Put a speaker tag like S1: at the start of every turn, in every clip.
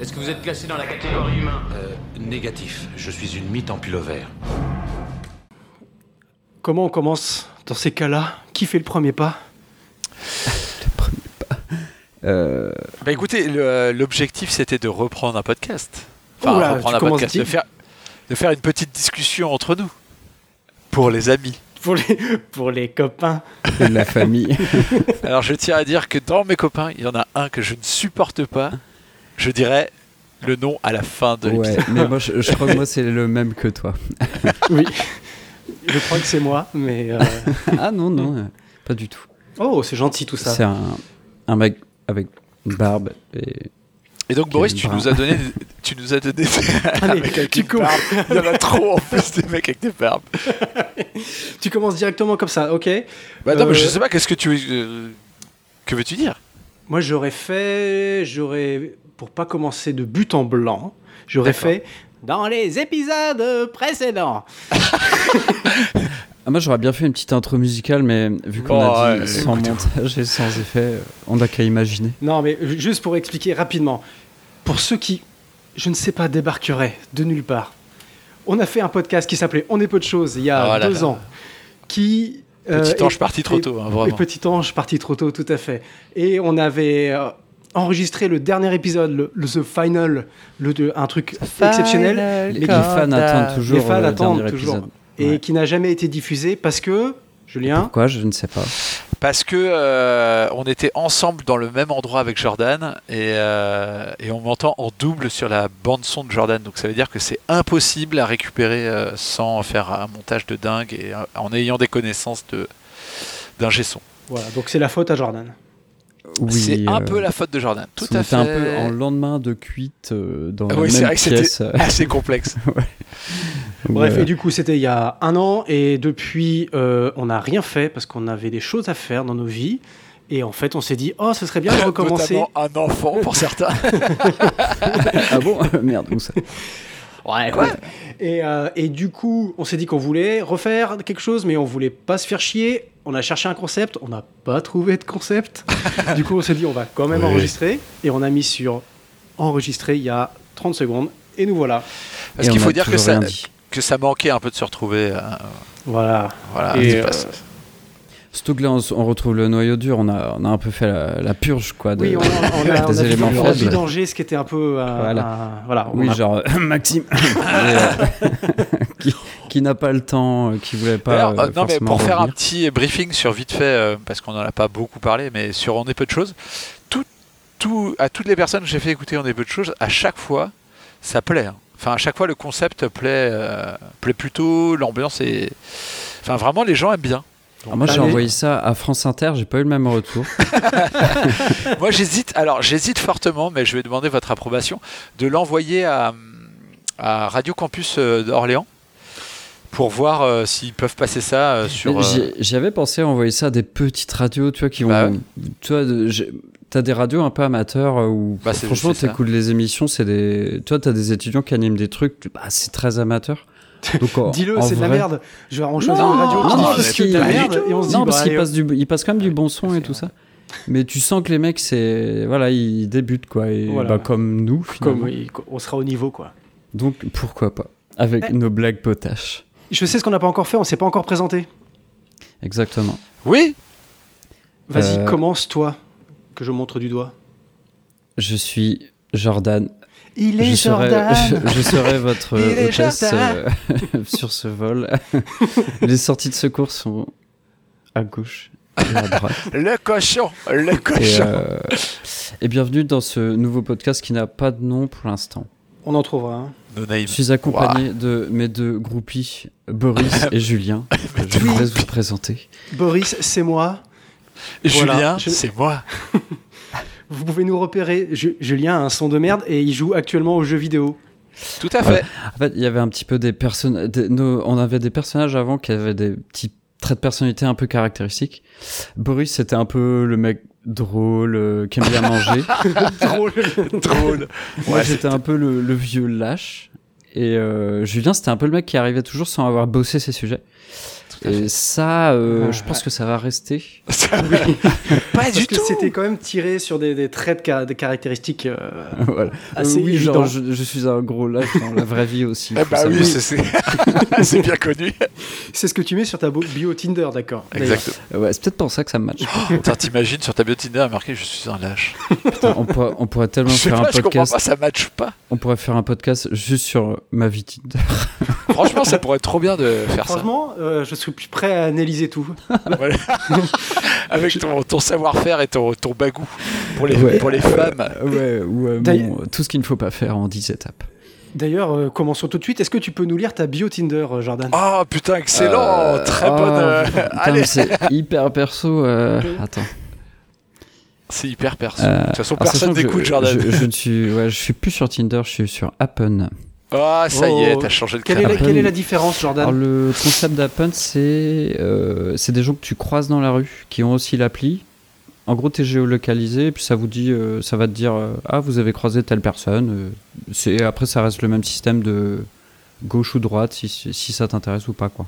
S1: Est-ce que vous êtes classé dans la catégorie humain
S2: Euh, négatif, je suis une mythe en pull vert.
S3: Comment on commence dans ces cas-là Qui fait le premier pas
S4: Euh,
S5: Bah écoutez, le, euh, l'objectif c'était de reprendre un podcast. Enfin,
S3: Oula, tu
S5: reprendre un
S3: commences
S5: podcast, de
S3: dit.
S5: faire, de faire une petite discussion entre nous. Pour les amis.
S3: pour les, pour les copains
S4: et de la famille.
S5: Alors je tiens à dire que dans mes copains, il y en a un que je ne supporte pas. Je dirais le nom à la fin de l'épisode.
S4: ouais, mais moi, je, je crois que moi, c'est le même que toi.
S3: Oui. Je crois que c'est moi, mais. euh,
S4: Ah non, non, euh, pas du tout.
S3: Oh, c'est gentil tout ça.
S4: C'est un, un mec avec une barbe et
S5: Et donc Boris, tu
S4: Brun.
S5: nous as donné, tu nous as donné.
S3: Allez,
S5: avec avec
S3: Ah, tu
S5: une
S3: cours.
S5: barbe. Il y en a trop en plus des mecs avec des barbes.
S3: Tu commences directement comme ça, ok
S5: Bah non,
S3: Euh,
S5: mais je sais pas. Qu'est-ce que tu euh, que veux-tu dire
S3: Moi, j'aurais fait. J'aurais. Pour pas commencer de but en blanc, j'aurais
S5: D'accord.
S3: fait. Dans les épisodes précédents
S4: Ah, moi j'aurais bien fait une petite intro musicale, mais vu qu'on
S5: Oh,
S4: a dit
S5: ouais,
S4: sans
S5: écoute.
S4: montage et sans effet, euh, on n'a qu'à imaginer.
S3: Non, mais ju- juste pour expliquer rapidement. Pour ceux qui, je ne sais pas, débarqueraient de nulle part, on a fait un podcast qui s'appelait On est peu de choses il y a
S5: Ah là
S3: deux
S5: là.
S3: ans. Qui. euh,
S5: Petit ange
S3: est-
S5: parti trop
S3: est-
S5: tôt, hein, vraiment.
S3: Et Petit Ange, parti trop tôt, tout à fait. Et on avait euh, enregistré le dernier épisode, le, le The Final, le, de- un truc exceptionnel,
S4: Les,
S3: Les-
S4: les fans attendent toujours
S3: les fans
S4: euh, le
S3: attendent
S4: dernier
S3: toujours.
S4: épisode.
S3: et
S4: Ouais.
S3: qui n'a jamais été diffusé parce que, Julien,
S4: Pourquoi Je ne sais pas.
S5: Parce que euh, on était ensemble dans le même endroit avec Jordan et, euh, et on m'entend en double sur la bande son de Jordan. Donc ça veut dire que c'est impossible à récupérer euh, sans faire un montage de dingue et euh, en ayant des connaissances de d'un son.
S3: voilà, donc c'est la faute à Jordan.
S4: Oui,
S5: c'est un
S4: euh,
S5: peu la faute de Jordan. Tout
S4: on
S5: à
S4: était
S5: fait.
S4: un peu en lendemain de cuite euh, dans
S5: Ah
S4: la
S5: oui, c'est
S4: même
S5: vrai que c'était-
S4: pièce. euh,
S5: assez complexe.
S3: Bref,
S4: ouais.
S3: et du coup, c'était il y a un an, et depuis, euh, on n'a rien fait parce qu'on avait des choses à faire dans nos vies. Et en fait, on s'est dit, oh, ce serait bien de recommencer.
S5: Notamment un enfant pour certains.
S4: ah bon Merde, où ça
S3: Ouais, ouais. Et, euh, et du coup, on s'est dit qu'on voulait refaire quelque chose, mais on voulait pas se faire chier. On a cherché un concept, on n'a pas trouvé de concept. du coup, on s'est dit, on va quand même
S5: Oui.
S3: enregistrer. Et on a mis sur enregistrer il y a 30 secondes. Et nous voilà.
S5: Parce
S4: Et
S5: qu'il
S4: on
S5: faut
S4: a
S5: dire que
S4: toujours
S5: ça,
S4: rien dit.
S5: que ça manquait un peu de se retrouver. euh,
S3: Voilà.
S5: voilà,
S3: Et, euh,
S5: Ah, c'est pas-
S4: Surtout que là, on, s- on retrouve le noyau dur. On a, on a un peu fait la, la purge, quoi. De,
S3: Oui, on a, on a, on
S4: des
S3: a
S4: éléments
S3: on a
S4: faibles.
S3: vidangé ce qui était un peu. euh,
S4: Voilà.
S3: un- voilà. on
S4: Oui,
S3: a-
S4: genre euh, Maxime, Et, euh, qui, qui n'a pas le temps, euh, qui voulait pas.
S5: D'ailleurs,
S4: euh,
S5: euh, non, mais
S4: forcément
S5: pour faire un
S4: revenir.
S5: petit briefing sur vite fait, euh, parce qu'on n'en a pas beaucoup parlé, mais sur On est peu de choses, tout, tout, à toutes les personnes que j'ai fait écouter On est peu de choses, à chaque fois, ça plaît. hein. Enfin, à chaque fois, le concept plaît, euh, plaît plutôt, l'ambiance est. Enfin, vraiment, les gens aiment bien.
S4: Ah, moi, j'ai
S3: Allez.
S4: envoyé ça à France Inter, j'ai pas eu le même retour.
S5: Moi, j'hésite. Alors, j'hésite fortement, mais je vais demander votre approbation de l'envoyer à, à Radio Campus euh, d'Orléans pour voir euh, s'ils peuvent passer ça euh, sur.
S4: Mais
S5: euh,
S4: j'y- J'y avais pensé à envoyer ça à des petites radios, tu vois, qui vont.
S5: Bah
S4: Tu vois, de- j'ai- t'as des radios un peu amateurs euh, où
S5: Bah, c'est-
S4: franchement,
S5: c'est ça.
S4: t'écoutes les émissions, c'est des. Toi, t'as des étudiants qui animent des trucs, tu- bah, c'est très amateur. Donc, en-
S3: Dis-le,
S4: en
S3: c'est de la
S4: vrai-
S3: merde. Genre, on choisit
S4: Non,
S3: une radio
S4: non,
S3: qui dit
S4: non,
S3: parce
S4: mais
S3: que de la
S4: pas du
S3: merde, et on se dit,
S4: Non,
S3: bah,
S4: parce
S3: allez,
S4: qu'il passe, du, il passe quand même du bon son
S3: c'est-
S4: et tout ça. Mais tu sens que les mecs, c'est voilà, ils débutent quoi, et
S3: Voilà.
S4: bah, comme nous.
S3: comme,
S4: finalement.
S3: oui, on sera au niveau, quoi.
S4: Donc pourquoi pas avec
S3: Eh.
S4: nos blagues potaches.
S3: Je sais ce qu'on n'a pas encore fait, on s'est pas encore présenté.
S4: Exactement.
S5: Oui.
S3: Vas-y,
S4: Euh,
S3: commence toi, que je montre du doigt.
S4: Je suis Jordan.
S3: Il
S4: je serai, je, je serai votre
S3: Il est
S4: hôtesse
S3: Jordan.
S4: euh, sur ce vol. Les sorties de secours sont à gauche et à droite.
S5: Le cochon, le
S4: et,
S5: cochon.
S4: euh, et bienvenue dans ce nouveau podcast qui n'a pas de nom pour l'instant.
S3: On en trouvera. hein.
S5: No name.
S4: Je suis accompagné de mes deux groupies, Boris et Julien. Je vous laisse vous présenter.
S3: Boris, c'est moi. Voilà.
S5: Julien,
S3: Je-
S5: c'est moi.
S3: Vous pouvez nous repérer. Ju- Julien a un son de merde et il joue actuellement aux jeux vidéo.
S5: Tout à fait.
S4: En fait, il y avait un petit peu des personnages. On avait des personnages avant qui avaient des petits traits de personnalité un peu caractéristiques. Boris, c'était un peu le mec drôle, euh, qui aime bien manger.
S3: Drôle.
S5: Drôle.
S4: Moi,
S5: Ouais,
S4: j'étais un peu le, le vieux lâche. Et euh, Julien, c'était un peu le mec qui arrivait toujours sans avoir bossé ses sujets.
S5: tout à fait.
S4: Et ça, euh,
S3: Ah,
S4: je pense que ça va rester.
S5: Pas
S3: Parce
S5: du
S3: que
S5: tout.
S3: c'était quand même tiré sur des, des traits de, ca- de caractéristiques euh,
S5: Ah,
S4: voilà.
S3: assez
S4: Euh, oui,
S3: évidents.
S4: genre, je, je suis un gros lâche dans la vraie vie aussi.
S5: Eh
S4: faut
S5: bah
S4: savoir.
S5: oui, c'est- c'est c'est bien connu.
S3: C'est ce que tu mets sur ta bo- bio Tinder, d'accord d'ailleurs.
S5: Exactement.
S4: Euh, Ouais, c'est peut-être pour ça que ça me match.
S5: Putain, t'imagines sur ta bio Tinder marqué je suis un lâche.
S4: Putain, on, pourrait, on pourrait tellement
S5: je sais
S4: faire
S5: pas,
S4: un
S5: je comprends
S4: podcast.
S5: pas, ça match pas.
S4: On pourrait faire un podcast juste sur ma vie Tinder.
S5: Franchement, ça pourrait être trop bien de faire ça.
S3: Franchement, euh, je suis plus prêt à analyser tout.
S5: Voilà. Avec ton, ton savoir-faire et ton, ton bagou pour les,
S4: Ouais.
S5: pour les femmes.
S4: Ouais, ou euh,
S3: D'ailleurs-
S4: bon, tout ce qu'il ne faut pas faire en 10 étapes.
S3: D'ailleurs, euh, commençons tout de suite. Est-ce que tu peux nous lire ta bio Tinder, euh, Jordan
S5: Oh putain, excellent!
S4: Euh,
S5: Très
S4: oh,
S5: bonne. euh,
S4: putain, mais
S5: allez!
S4: C'est hyper perso. euh, Attends.
S5: C'est hyper perso.
S4: Euh,
S5: de toute façon,
S4: Alors, sachant
S5: personne
S4: que je-
S5: t'écoute, Jordan.
S4: Je, je ne suis, ouais, je suis plus sur Tinder, je suis sur Appen.
S5: Ah, ça y est,
S3: Oh,
S5: t'as changé de
S3: quelle est,
S5: canal.
S3: la,
S4: Appen.
S3: quelle est la différence, Jordan
S4: Alors Ah, le concept d'Appen, c'est euh, c'est des gens que tu croises dans la rue qui ont aussi l'appli. En gros, t'es géolocalisé, puis ça vous dit, euh, ça va te dire, euh, ah, vous avez croisé telle personne. euh, c'est après, ça reste le même système de gauche ou droite, si, si ça t'intéresse ou pas, quoi.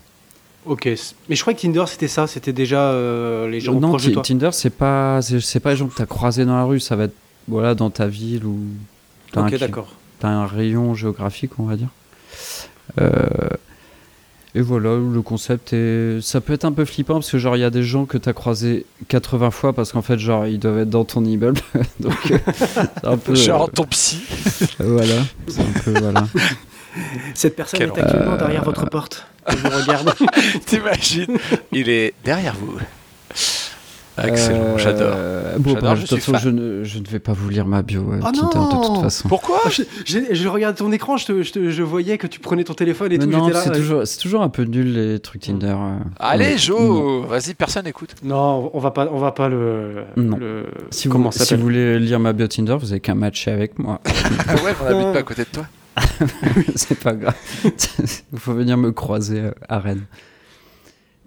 S3: Ok, c'est- mais je crois que Tinder c'était ça, c'était déjà euh, les gens
S4: non,
S3: proches de
S4: Ti-
S3: toi.
S4: Tinder, c'est pas, c'est c'est pas les gens que t'as croisés dans la rue, ça va être, voilà, dans ta ville ou. t'as un
S3: Ok,
S4: qui-
S3: d'accord.
S4: T'as un rayon géographique, on va dire. Euh, et voilà, le concept est. Ça peut être un peu flippant parce que, genre, il y a des gens que t'as croisés 80 fois parce qu'en fait, genre, ils doivent être dans ton immeuble. Donc, euh, c'est un peu. euh,
S5: Genre ton psy.
S4: voilà. C'est un peu, voilà.
S3: Cette personne
S5: Quel
S3: est actuellement derrière votre porte. Elle vous regarde.
S5: T'imagines? Il est derrière vous. Excellent,
S4: Euh,
S5: j'adore.
S4: Bon,
S5: J'adore,
S4: bah,
S5: je
S4: de
S5: suis
S4: toute façon,
S5: fan.
S4: je ne, je ne vais pas vous lire ma bio euh,
S3: Oh
S4: Tinder de
S3: non
S4: toute façon.
S5: Pourquoi?
S3: Oh, je, j'ai- je regardais ton écran, je, te- je te- je voyais que tu prenais ton téléphone et
S4: Mais
S3: tout.
S4: non,
S3: j'étais là,
S4: c'est
S3: euh,
S4: toujours, c'est toujours un peu nul les trucs Tinder. euh.
S5: Allez,
S4: Ouais.
S5: Jo! Vas-y, personne écoute.
S3: Non, on va pas, on va pas le.
S4: Non.
S3: le-
S4: Si vous,
S3: comment ça
S4: si
S3: s'appelle
S4: vous voulez lire ma bio Tinder, vous avez qu'à matcher avec moi.
S5: Ah ouais, mais on n'habite pas à côté de toi.
S4: c'est pas grave. Il faut venir me croiser euh, à Rennes.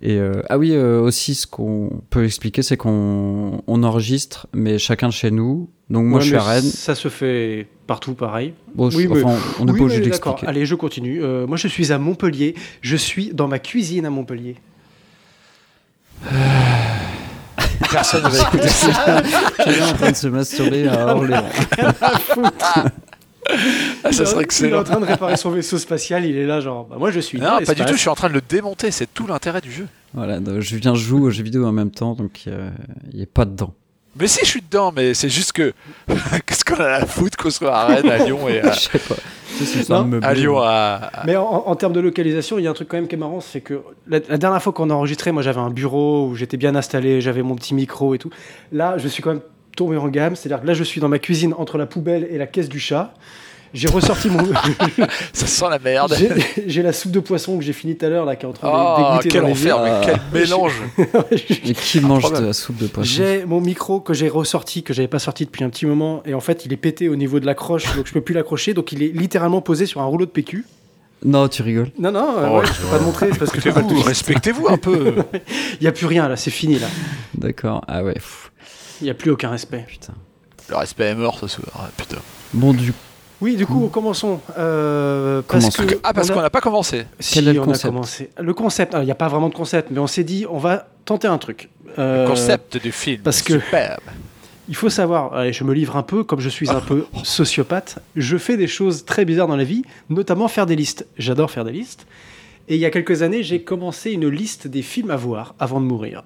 S4: Et euh, ah oui, euh, aussi ce qu'on peut expliquer, c'est qu'on on enregistre, mais chacun de chez nous. Donc moi
S3: Ouais,
S4: je suis
S3: mais
S4: à Rennes.
S3: Ça se fait partout pareil.
S4: Bon, je-
S3: oui, mais-
S4: enfin, on n'est
S3: Oui,
S4: pas obligé
S3: mais d'accord.
S4: d'expliquer.
S3: Allez, je continue. Euh, moi, je suis à Montpellier. Je suis dans ma cuisine à Montpellier.
S5: Personne ne va écouter.
S4: Chacun est Ah, en train de se masturber à Orléans.
S3: Il est en-
S5: Ah, ça serait
S3: Il est en
S5: excellent.
S3: train de réparer son vaisseau spatial. Il est là, genre. bah, moi, je suis. dans
S5: Non, pas du
S3: l'espace.
S5: tout, je suis en train de le démonter, c'est tout l'intérêt du jeu.
S4: Voilà, donc, je viens jouer aux jeux vidéo en même temps, donc euh, il n'est pas dedans.
S5: Mais si, je suis dedans, mais c'est juste que. Qu'est-ce qu'on a à foutre qu'on soit à Rennes, à Lyon et à,
S4: Je sais pas. Ah. Ça, c'est une sorte de
S3: Non.
S4: meublé.
S5: à Lyon, à. à-
S3: Mais en, en termes de localisation, il y a un truc quand même qui est marrant, c'est que la, la dernière fois qu'on a enregistré, moi j'avais un bureau où j'étais bien installé, j'avais mon petit micro et tout. Là, je suis quand même tombé en gamme, c'est-à-dire que là, je suis dans ma cuisine entre la poubelle et la caisse du chat. J'ai ressorti mon.
S5: Ça sent la merde.
S3: j'ai- j'ai la soupe de poisson que j'ai fini tout à l'heure, là, qui est en train
S5: Oh,
S3: de dégoûter
S5: quel
S3: dans les
S5: enfer, mais quel mélange.
S3: yeux.
S4: Et qui mange de
S5: Improbable.
S4: la soupe de poisson
S3: J'ai mon micro que j'ai ressorti, que j'avais pas sorti depuis un petit moment, et en fait, il est pété au niveau de l'accroche, donc je peux plus l'accrocher, donc il est littéralement posé sur un rouleau de PQ.
S4: Non, tu rigoles.
S3: Non, non, euh,
S5: Oh,
S3: ouais, je peux pas te montrer, c'est parce que je peux pas le
S5: Écoutez-vous,
S3: toucher.
S5: respectez-vous un peu.
S3: Il y a plus rien là, c'est fini là.
S4: D'accord. Ah ouais. pff,
S3: Il n'y a plus aucun respect.
S4: putain.
S5: Le respect est mort ce soir, ah, putain.
S4: Bon, du
S3: Oui, du coup, commençons. Euh, parce
S4: Commençons.
S3: que
S5: Ah, parce
S3: on
S5: qu'on
S3: a,
S5: n'a pas commencé.
S3: Si,
S4: Quel est le
S3: on a
S4: concept
S3: commencé. Le concept, ah, il n'y a pas vraiment de concept, mais on s'est dit, on va tenter un truc. Euh,
S5: Concept du film.
S3: parce que-
S5: Superbe.
S3: Il faut savoir, allez, je me livre un peu, comme je suis un peu sociopathe, je fais des choses très bizarres dans la vie, notamment faire des listes. J'adore faire des listes. Et il y a quelques années, j'ai commencé une liste des films à voir avant de mourir.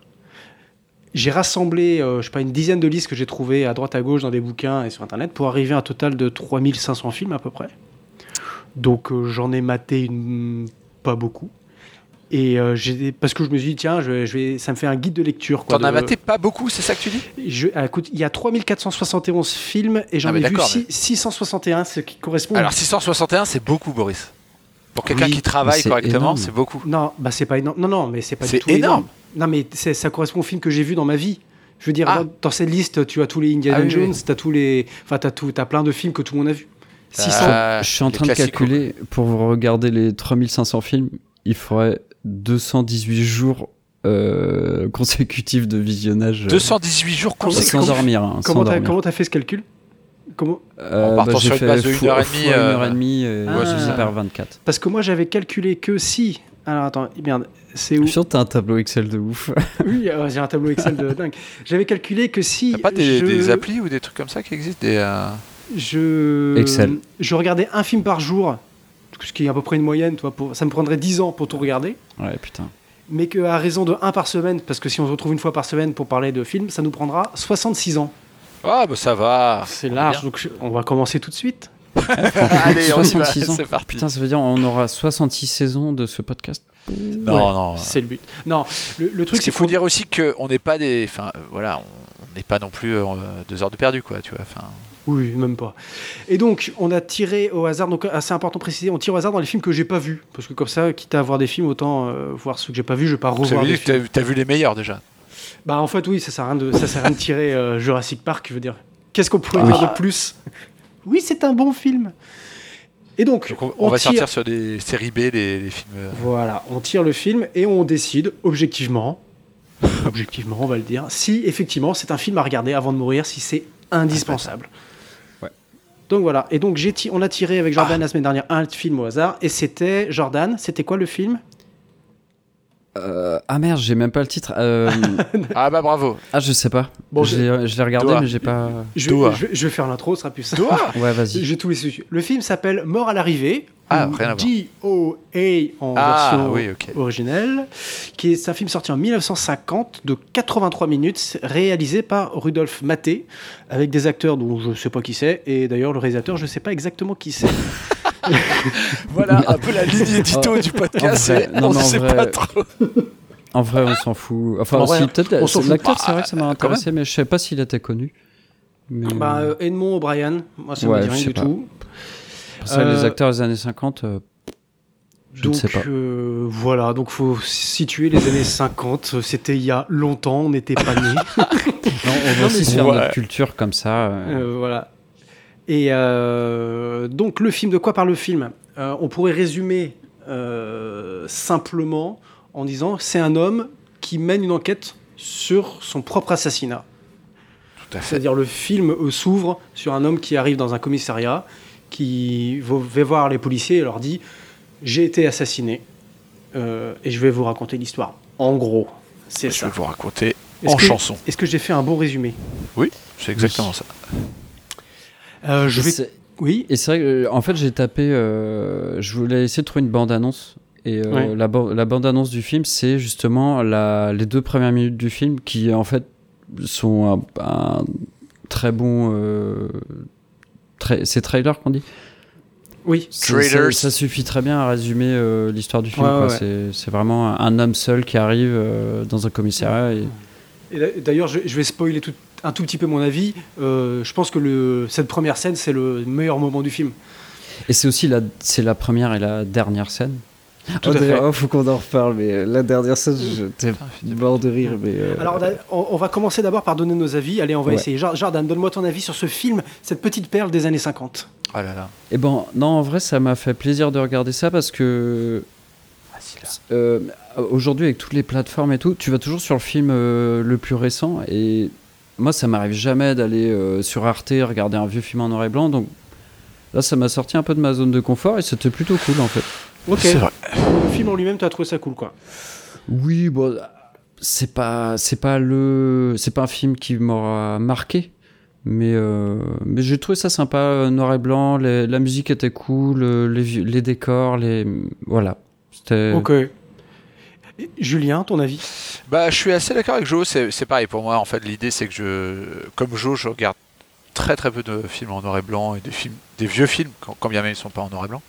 S3: J'ai rassemblé, euh, je sais pas, une dizaine de listes que j'ai trouvées à droite à gauche dans des bouquins et sur Internet pour arriver à un total de 3500 films à peu près. Donc euh, j'en ai maté une- pas beaucoup. Et euh, j'ai- parce que je me suis dit, tiens, je, vais- je vais, ça me fait un guide de lecture. quoi,
S5: T'en as
S3: de-
S5: maté pas beaucoup, c'est ça que tu dis
S3: je, ah, écoute, il y a 3471 films et j'en
S5: Ah, mais
S3: ai vu
S5: d'accord,
S3: six- 661, ce qui correspond.
S5: Alors 661, c'est beaucoup, Boris. Pour quelqu'un
S4: Oui,
S5: qui travaille
S4: mais c'est
S5: correctement,
S4: énorme.
S5: c'est beaucoup.
S3: Non, bah c'est pas énorme. Non, non, mais c'est pas du
S5: C'est
S3: tout
S5: énorme.
S3: Non, mais c'est- ça correspond aux films que j'ai vus dans ma vie. Je veux dire,
S5: Ah.
S3: dans, dans cette liste, tu as tous les Indiana
S5: Ah oui,
S3: Jones,
S5: oui.
S3: t'as tous les, enfin t'as tout, t'as plein de films que tout le monde a vu. 600.
S5: Euh,
S4: Je suis en
S5: les
S4: train de
S5: classiques, quoi.
S4: calculer, pour vous regarder les 3500 films, il faudrait 218 jours euh, consécutifs de visionnage. euh,
S5: 218 jours
S4: Sans
S5: consécutifs.
S4: dormir. hein, sans
S3: comment t'as,
S4: dormir.
S3: comment t'as fait ce calcul Comment
S4: Euh,
S5: En partant
S4: j'ai
S5: sur une
S4: fait
S5: base de
S4: fois-
S5: une heure et
S4: fois
S5: demie,
S4: une
S5: euh,
S4: heure et demie, et
S3: ouais, c'est
S4: divisé
S3: ça.
S4: par 24.
S3: Parce que moi j'avais calculé que si. Alors attends, merde. c'est où
S4: Sûr, t'as un tableau Excel de ouf.
S3: Oui, euh, j'ai un tableau Excel de dingue. J'avais calculé que si.
S5: T'as pas des,
S3: je...
S5: des applis ou des trucs comme ça qui existent des, euh,
S3: je...
S4: Excel.
S3: Je regardais un film par jour, ce qui est à peu près une moyenne, toi, pour... ça me prendrait 10 ans pour tout regarder,
S4: Ouais, putain.
S3: mais qu'à raison de un par semaine, parce que si on se retrouve une fois par semaine pour parler de films, ça nous prendra 66 ans.
S5: Ah, bah ça va
S3: C'est large, donc je- on va commencer tout de suite.
S5: Allez, on y va,
S4: 66 ans.
S5: c'est parti
S4: Putain, ça veut dire on aura 66 saisons de ce podcast.
S5: Non,
S3: Ouais,
S5: non.
S3: C'est le but. Non, le, le truc,
S5: Parce
S3: c'est
S5: qu'il faut
S3: qu'on-
S5: dire aussi qu'on n'est pas des. Enfin, euh, voilà, on- on n'est pas non plus euh, deux heures de perdu, quoi, tu vois. Enfin,
S3: Oui, même pas. Et donc, on a tiré au hasard, donc assez important de préciser, on tire au hasard dans les films que j'ai pas vus. Parce que comme ça, quitte à voir des films, autant euh, voir ceux que j'ai pas vus, je vais pas
S5: ça
S3: revoir
S5: veut
S3: des
S5: dire que
S3: films.
S5: t'as vu- t'as vu les meilleurs déjà.
S3: Bah en fait oui, ça sert à rien de, ça sert à rien de tirer euh, Jurassic Park, je veux dire. Qu'est-ce qu'on pourrait
S4: Ah
S3: dire de plus Oui, c'est un bon film. Et donc,
S5: Donc on,
S3: on,
S5: on va
S3: tire,
S5: sortir sur des séries B, les, les films. euh,
S3: Voilà, on tire le film et on décide objectivement, objectivement, on va le dire, si effectivement c'est un film à regarder avant de mourir, si c'est indispensable.
S4: Ouais.
S3: Donc voilà, et donc j'ai ti- on a tiré avec
S5: Ah.
S3: Jordan la semaine dernière un film au hasard, et c'était Jordan, c'était quoi le film
S4: Euh, ah merde, j'ai même pas le titre. Euh,
S5: Ah bah bravo
S4: ah, je sais pas.
S3: Bon,
S4: je l'ai je l'ai regardé,
S5: Doha.
S4: mais j'ai pas.
S3: je,
S5: Doha.
S3: je- je vais faire l'intro, ça sera plus simple.
S5: Toi
S4: Ouais, vas-y.
S3: J'ai tous les sujets. Le film s'appelle Mort à l'arrivée.
S5: Ah,
S3: ou
S5: rien à voir.
S3: DOA en
S5: Ah
S3: version
S5: oui, ok.
S3: originelle. Qui est c'est un film sorti en 1950 de 83 minutes, réalisé par Rudolf Maté, avec des acteurs dont je ne sais pas qui c'est. Et d'ailleurs, le réalisateur, je ne sais pas exactement qui c'est.
S4: Hmm.
S5: Voilà un peu la ligne édito du podcast,
S4: En vrai,
S5: c'est-
S4: non,
S5: on
S4: mais en
S5: sait
S4: vrai,
S5: pas trop.
S4: En vrai, on s'en fout. Enfin,
S3: En vrai,
S4: si, peut-être
S3: on s'en
S4: euh,
S3: fout.
S4: l'acteur, c'est vrai que ça m'a
S5: Ah, quand
S4: intéressé, mais je sais pas s'il était connu. Mais...
S3: Bah, euh, Edmond O'Brien, moi ça ne
S4: Ouais,
S3: me dit
S4: je
S3: rien
S4: sais
S3: du
S4: pas.
S3: tout.
S4: Pour ça, les
S3: euh,
S4: acteurs des années 50, euh, je
S3: donc
S4: ne sais pas.
S3: euh, voilà, donc faut situer les années 50. C'était il y a longtemps, on n'était pas nés.
S4: Non, on va aussi se faire
S5: Ouais.
S4: notre culture comme ça. euh.
S3: Euh, voilà. Et euh, donc, le film, de quoi parle le film Euh, On pourrait résumer euh, simplement en disant c'est un homme qui mène une enquête sur son propre assassinat.
S5: Tout à fait.
S3: C'est-à-dire, le film euh, s'ouvre sur un homme qui arrive dans un commissariat, qui va va voir les policiers et leur dit J'ai été assassiné euh, et je vais vous raconter l'histoire. En gros, c'est
S5: Je vais
S3: ça.
S5: vous raconter
S3: Est-ce
S5: en
S3: que-
S5: chanson.
S3: Est-ce que j'ai fait un bon résumé
S5: C'est exactement ça.
S3: Euh, Je
S4: Et
S3: vais.
S4: c'est-
S3: Oui.
S4: Et c'est vrai que, euh, en fait, j'ai tapé. euh, je voulais essayer de trouver une bande-annonce. Et euh,
S3: Ouais.
S4: la, ban- la bande-annonce du film, c'est justement la, les deux premières minutes du film qui, en fait, sont un, un très bon. euh, tra- c'est trailer qu'on dit
S3: Oui.
S4: C'est-
S5: Trailers.
S4: Ça, ça suffit très bien à résumer euh, l'histoire du film.
S3: Ouais,
S4: quoi.
S3: ouais.
S4: C'est- C'est vraiment un- un homme seul qui arrive euh, dans un commissariat. Et...
S3: Et d'a- D'ailleurs, je, je vais spoiler tout- un tout petit peu mon avis. Euh, je pense que le, cette première scène, c'est le meilleur moment du film.
S4: Et c'est aussi la, c'est la première et la dernière scène.
S3: Tout à fait.
S4: Oh, faut qu'on en reparle, mais euh, la dernière scène, j'étais mort de rire. Mais, euh,
S3: Alors, d'a- on, on va commencer d'abord par donner nos avis. Allez, on va
S4: Ouais.
S3: essayer. Jar- Jordan, donne-moi ton avis sur ce film, cette petite perle des années 50.
S5: Ah là là.
S4: eh ben, non, en vrai, ça m'a fait plaisir de regarder ça parce que
S5: Ah, si, là.
S4: euh, aujourd'hui, avec toutes les plateformes et tout, tu vas toujours sur le film euh, le plus récent. Et moi, ça m'arrive jamais d'aller euh, sur Arte regarder un vieux film en noir et blanc. Donc là, ça m'a sorti un peu de ma zone de confort et c'était plutôt cool en fait.
S3: Ok.
S5: C'est vrai.
S3: Le film en lui-même, tu as trouvé ça cool, quoi.
S4: Oui, bon, c'est pas, c'est pas le, c'est pas un film qui m'aura marqué, mais euh, mais j'ai trouvé ça sympa, euh, noir et blanc, les- la musique était cool, euh, les, vi- les décors, les, voilà,
S5: Euh.
S4: c'était.
S3: Ok. Et Julien, ton avis
S5: Bah, je suis assez d'accord avec Joe, c'est c'est pareil pour moi. En fait, l'idée, c'est que je, comme Joe, je regarde très très peu de films en noir et blanc et des, films, des vieux films, quand, quand bien même ils sont pas en noir et blanc.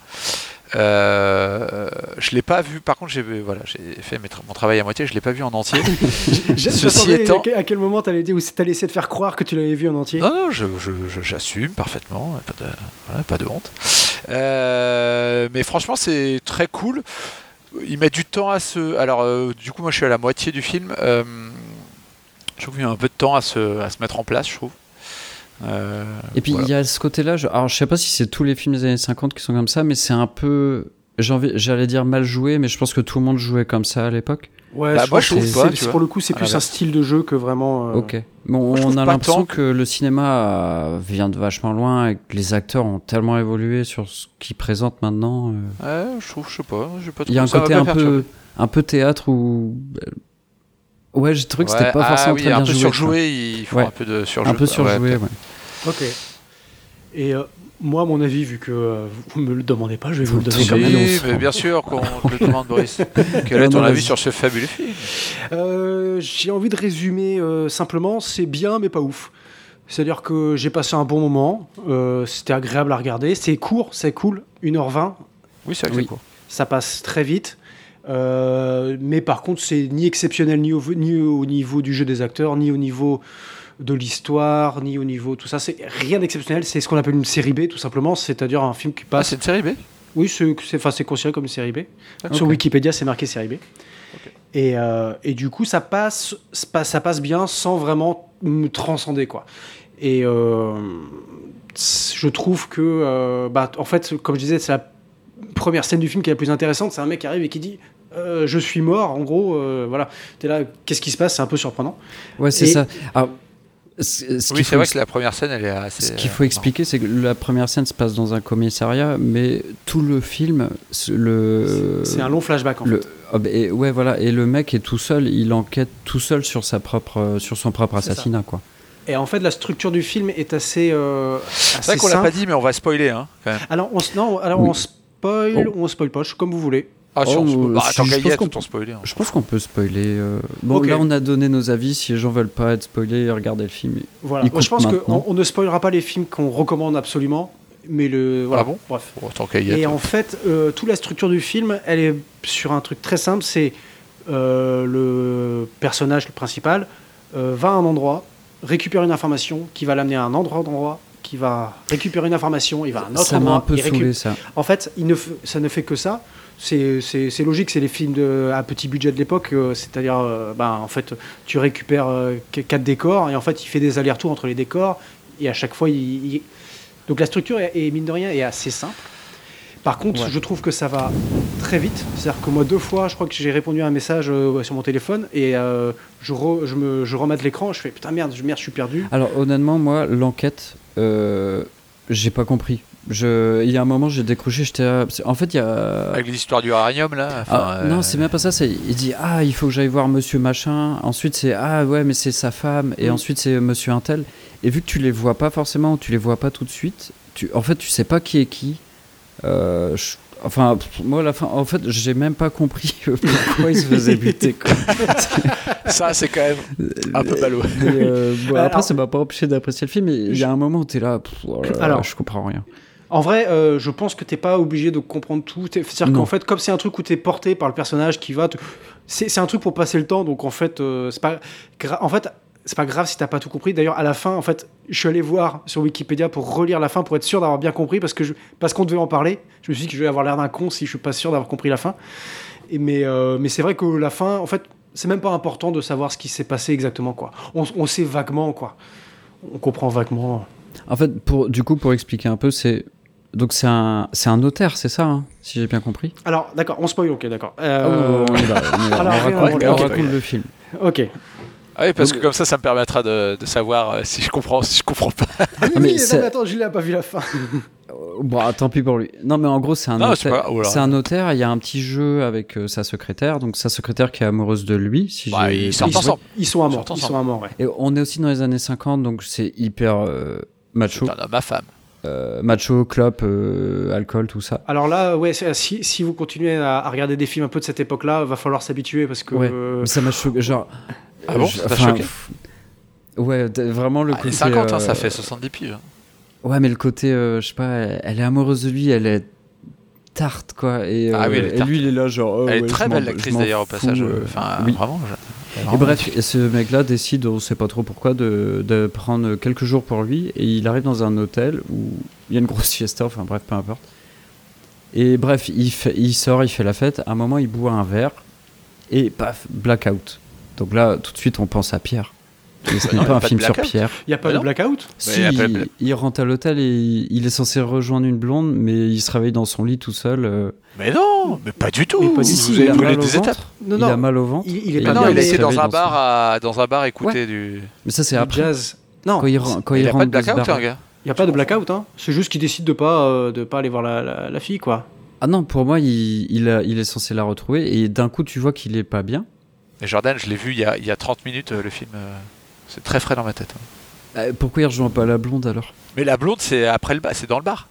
S5: Euh, je l'ai pas vu, par contre, j'ai voilà, j'ai fait mes tra- mon travail à moitié, je l'ai pas vu en entier.
S3: J'a-
S5: Ceci
S3: j'attendais
S5: étant- Hein
S3: à que- à quel moment t'allais dire ou si t'allais essayer de faire croire que tu l'avais vu en entier
S5: Non, non, j'assume je, je- j'assume parfaitement, pas de, voilà, pas de honte. Euh, mais franchement, c'est très cool. Il met du temps à se. Alors, euh, du coup, moi, je suis à la moitié du film. Euh, je trouve qu'il y a un peu de temps à se, à se mettre en place, je trouve. Euh,
S4: Et puis il
S5: voilà.
S4: y a ce côté-là, je- alors je sais pas si c'est tous les films des années 50 qui sont comme ça, mais c'est un peu, j'ai envie- j'allais dire mal joué, mais je pense que tout le monde jouait comme ça à l'époque.
S3: Ouais,
S5: Bah,
S3: je
S5: moi,
S3: pense
S5: je
S3: que
S4: trouve
S3: c'est-
S5: pas,
S3: c'est-
S5: tu
S3: c'est
S5: vois. Ah,
S3: pour le coup, c'est plus un
S5: l'inverse.
S3: style de jeu que vraiment. euh,
S4: Ok. Bon, on
S5: je trouve
S4: a
S5: pas
S4: l'impression
S5: tant
S4: que le cinéma euh, vient de vachement loin et que les acteurs ont tellement évolué sur ce qu'ils présentent maintenant. euh.
S5: Ouais, je trouve, je sais pas. j'ai pas
S4: Il y a un
S5: trouvé- ça m'a
S4: côté
S5: pas
S4: un
S5: perturbé.
S4: peu, un peu théâtre où. Ouais, j'ai trouvé que
S5: Ouais,
S4: c'était pas
S5: ah
S4: forcément
S5: oui,
S4: très bien
S5: un peu
S4: joué.
S5: surjoué, il faut
S4: Ouais.
S5: un peu de
S4: quoi.
S5: surjoué.
S4: Un peu surjoué, ouais.
S3: Ok. Et euh, moi, à mon avis, vu que euh, vous me le demandez pas, je vais vous le
S4: Faut
S3: donner
S4: le
S3: comme
S4: demander.
S3: annonce.
S5: Oui, mais bien sûr qu'on te le demande, Boris. Quel est
S4: Non,
S5: ton
S4: non,
S5: avis
S4: vas-y.
S5: sur ce fabuleux film
S3: Euh, J'ai envie de résumer euh, simplement, c'est bien mais pas ouf. C'est-à-dire que j'ai passé un bon moment, euh, c'était agréable à regarder, c'est court, c'est cool, 1h20,
S5: Oui, c'est vrai que
S4: Oui.
S5: c'est court.
S3: ça passe très vite. Euh, mais par contre, c'est ni exceptionnel ni au, ni au niveau du jeu des acteurs, ni au niveau de l'histoire, ni au niveau tout ça. C'est rien d'exceptionnel. C'est ce qu'on appelle une série B, tout simplement. C'est-à-dire un film qui
S5: Ah,
S3: passe.
S5: c'est une série B
S3: oui, c'est c'est- enfin, c'est considéré comme une série B. Sur
S4: Ok.
S3: Wikipédia, c'est marqué série B.
S5: Ok.
S3: Et, euh, et du coup, ça passe, spa- ça passe bien sans vraiment me transcender, quoi. Et euh, c- je trouve que, euh, bah, en fait, comme je disais, c'est la première scène du film qui est la plus intéressante. C'est un mec qui arrive et qui dit euh, Je suis mort, en gros, euh, voilà. T'es là, qu'est-ce qui se passe C'est un peu surprenant.
S4: Ouais, c'est
S3: Et-
S4: ça. Alors, ce, ce
S5: Oui,
S4: qu'il
S5: c'est
S4: faut
S5: vrai que la première scène, elle est assez.
S4: Ce qu'il
S5: euh,
S4: faut expliquer, c'est que la première scène se passe dans un commissariat, mais tout le film, ce-
S5: Euh,
S4: le
S3: c'est un long flashback, en
S4: le
S3: fait.
S4: ah, bah, et, ouais voilà et le mec est tout seul, il enquête tout seul sur sa propre euh, sur son propre
S3: C'est ça.
S4: assassinat quoi.
S3: Et en fait, la structure du film est assez. euh,
S5: marrant. C'est vrai
S3: assez
S5: qu'on l'a
S3: simple.
S5: pas dit, mais on va spoiler. Hein, quand même.
S3: Alors, on, s- non, alors
S4: Oui.
S3: on spoil
S4: Oh.
S3: ou on spoil pas, je- comme vous voulez.
S5: Ah, si,
S4: Oh,
S5: on spoil- bah,
S4: je-
S5: attends,
S4: je
S5: Gaillet,
S4: pense qu'on-
S5: tout en spoiler. hein.
S4: Je pense qu'on peut spoiler. euh, Bon
S3: Ok.
S4: là on a donné nos avis. Si les gens veulent pas être spoilés, regardez le film.
S3: Voilà.
S4: Il
S3: Moi, je
S4: coupe
S3: pense qu'on
S4: maintenant.
S3: on ne spoilera pas les films qu'on recommande absolument, mais le. Voilà.
S5: Ah bon
S3: Bref.
S5: Oh, Attends, Gaillet.
S3: Et en fait, euh, toute la structure du film, elle est sur un truc très simple c'est euh, le personnage le principal euh, va à un endroit, récupère une information qui va l'amener à un autre endroit, qui va récupérer une information, il va à un autre
S4: ça m'a
S3: endroit.
S4: un peu
S3: il récup-
S4: saoulé ça.
S3: En fait, il ne f- ça ne fait que ça. C'est- C'est c'est logique, c'est les films de, à petit budget de l'époque. euh, C'est-à-dire, euh, ben, en fait, tu récupères euh, qu- quatre décors et en fait, il fait des allers-retours entre les décors. Et à chaque fois, il. il- Donc la structure, est, est, mine de rien, est assez simple. Par contre,
S4: Ouais.
S3: je trouve que ça va très vite. C'est-à-dire que moi, deux fois, je crois que j'ai répondu à un message euh, sur mon téléphone et euh, je, re- je, me, je remate l'écran. Je fais putain, merde, je, merde, je suis perdu.
S4: Alors honnêtement, moi, l'enquête, euh, j'ai pas compris. Je, il y a un moment, j'ai décroché. J'étais, à- en fait, il y a.
S5: Avec l'histoire du Haranium, là. enfin,
S4: Ah,
S5: euh,
S4: Non, c'est même pas ça. c'est- Il dit ah, il faut que j'aille voir Monsieur machin. Ensuite, c'est ah ouais, mais c'est sa femme. Et
S3: Mm.
S4: ensuite, c'est Monsieur Intel. Et vu que tu les vois pas forcément, tu les vois pas tout de suite. Tu, en fait, tu sais pas qui est qui. Euh, je- Enfin, pff, moi, à la fin, en fait, j'ai même pas compris pourquoi il se faisait buter. quoi.
S5: Ça, c'est quand même un peu ballot.
S4: Mais, euh, bon,
S3: Alors-
S4: après, ça m'a pas empêché d'apprécier le film. mais Il y a un moment où t'es là, pff, oh là là,
S3: Alors-
S4: je comprends rien.
S3: En vrai, euh, je pense que t'es pas obligé de comprendre tout. T'es- C'est-à-dire
S4: Non.
S3: qu'en fait, comme c'est un truc où t'es porté par le personnage qui va, te- c'est c'est un truc pour passer le temps. Donc en fait, euh, c'est pas gra- en fait c'est pas grave si t'as pas tout compris. D'ailleurs, à la fin, en fait, je suis allé voir sur Wikipédia pour relire la fin pour être sûr d'avoir bien compris parce que je... parce qu'on devait en parler. Je me suis dit que je vais avoir l'air d'un con si je suis pas sûr d'avoir compris la fin. Et mais euh, mais c'est vrai que la fin, en fait, c'est même pas important de savoir ce qui s'est passé exactement quoi. On, on sait vaguement quoi. On comprend vaguement.
S4: En fait, pour, du coup, pour expliquer un peu, c'est. Donc, c'est un, c'est un notaire, c'est ça, hein, si j'ai bien compris
S3: Alors d'accord, on spoil, ok, d'accord.
S4: Ah oui,
S3: Euh,
S4: oui, oui, on y va, on y va.
S3: alors,
S4: On
S3: rien,
S4: raconte-
S3: on
S4: on
S3: raconte.
S4: raconte le film.
S3: Ok.
S5: Ah oui, parce
S4: Donc-
S5: que comme ça, ça me permettra de, de savoir euh, si je comprends, si je comprends pas.
S3: Ah, mais
S4: mais
S3: oui, non,
S4: c'est-
S3: mais attends, Julien a pas vu la fin.
S4: Euh, Bon, ah, tant pis pour lui. Non, mais en gros, c'est un,
S5: Non, c'est
S4: notaire-
S5: pas- oh là.
S4: c'est un notaire. Il y a un petit jeu avec euh, sa secrétaire. Donc, sa secrétaire qui est amoureuse de lui. Si
S5: Bah,
S4: j'ai-
S5: ils sortent
S4: Oui.
S5: ensemble.
S3: Ils sont à mort.
S5: Sortons
S3: Ils
S5: ensemble.
S3: sont à mort, ouais.
S4: Et on est aussi dans les années 50, donc c'est hyper euh, macho.
S5: T'en as ma femme. Ah,
S4: Euh, macho, clope, euh, alcool, tout ça.
S3: Alors là, ouais, c'est- si, si vous continuez à, à regarder des films un peu de cette époque-là, va falloir s'habituer parce que.
S4: Ouais.
S3: euh,
S4: Mais ça m'a choqué. Genre.
S5: Ah bon,
S4: je-
S5: ça t'a
S4: enfin,
S5: choqué
S4: pff, Ouais, d- vraiment le
S5: Ah, les
S4: côté.
S5: 50, hein,
S4: euh,
S5: ça fait 70 piges. hein.
S4: Ouais, mais le côté, euh, je sais pas, elle elle est amoureuse de lui, elle est tarte, quoi. Et, euh,
S5: Ah oui, elle
S4: et
S5: est tarte.
S4: lui, il est là, genre. oh,
S5: Elle
S4: ouais,
S5: est très
S4: je m'en-
S5: belle,
S4: je
S5: l'actrice
S4: m'en
S5: d'ailleurs, au
S4: fous,
S5: passage.
S4: euh,
S5: Enfin,
S4: oui.
S5: vraiment. je-
S4: Et
S5: vraiment,
S4: bref, et ce mec-là décide, on sait pas trop pourquoi, de, de prendre quelques jours pour lui, et il arrive dans un hôtel où il y a une grosse fiesta, enfin bref, peu importe. Et bref, il, fait- il sort, il fait la fête, à un moment, il boit un verre, et paf, blackout. Donc là, tout de suite, on pense à Pierre. Mais ce
S5: non,
S4: n'est
S5: y a
S4: pas un
S5: pas de
S4: film sur
S5: blackout.
S4: Pierre.
S3: Il n'y a pas
S5: Bah
S3: de
S5: non.
S3: blackout
S4: Si,
S5: y a pas de
S4: il,
S5: blackout.
S4: il rentre à l'hôtel et il, il est censé rejoindre une blonde, mais il se réveille dans son lit tout seul. euh.
S5: Mais non, mais pas du tout.
S3: Mais pas du tout,
S5: vous
S4: Si, si,
S5: avez
S4: il a
S5: brûlé
S4: mal au
S5: des
S4: ventre.
S5: étapes.
S3: Non,
S4: Il a
S3: non,
S4: mal au ventre.
S3: il, il est
S4: Et
S3: pas
S5: Ah
S4: il
S5: non,
S4: a
S3: bien.
S5: il
S4: est-
S3: mais-
S5: était
S4: réveillé
S5: dans un
S4: dans
S5: bar, à- dans un bar, écouter du.
S4: Mais ça, c'est
S3: du
S4: après.
S3: jazz. Non,
S4: Quand il, re- quand
S5: il
S4: il
S5: a pas
S4: rentre
S5: de
S4: de ce
S5: blackout,
S4: bar.
S5: un gars.
S3: il n'y a pas de blackout. Hein. C'est juste qu'il décide de pas euh, de pas aller voir la, la- la fille, quoi.
S4: Ah non, pour moi, il, il, a- il est censé la retrouver et d'un coup, tu vois qu'il est pas bien.
S5: Et Jordan, je l'ai vu il y, a, il y a 30 minutes, euh, le film. euh, C'est très frais dans ma tête. hein.
S4: Euh, pourquoi il rejoint pas la blonde alors
S5: Mais la blonde, c'est après le bar, c'est dans le bar.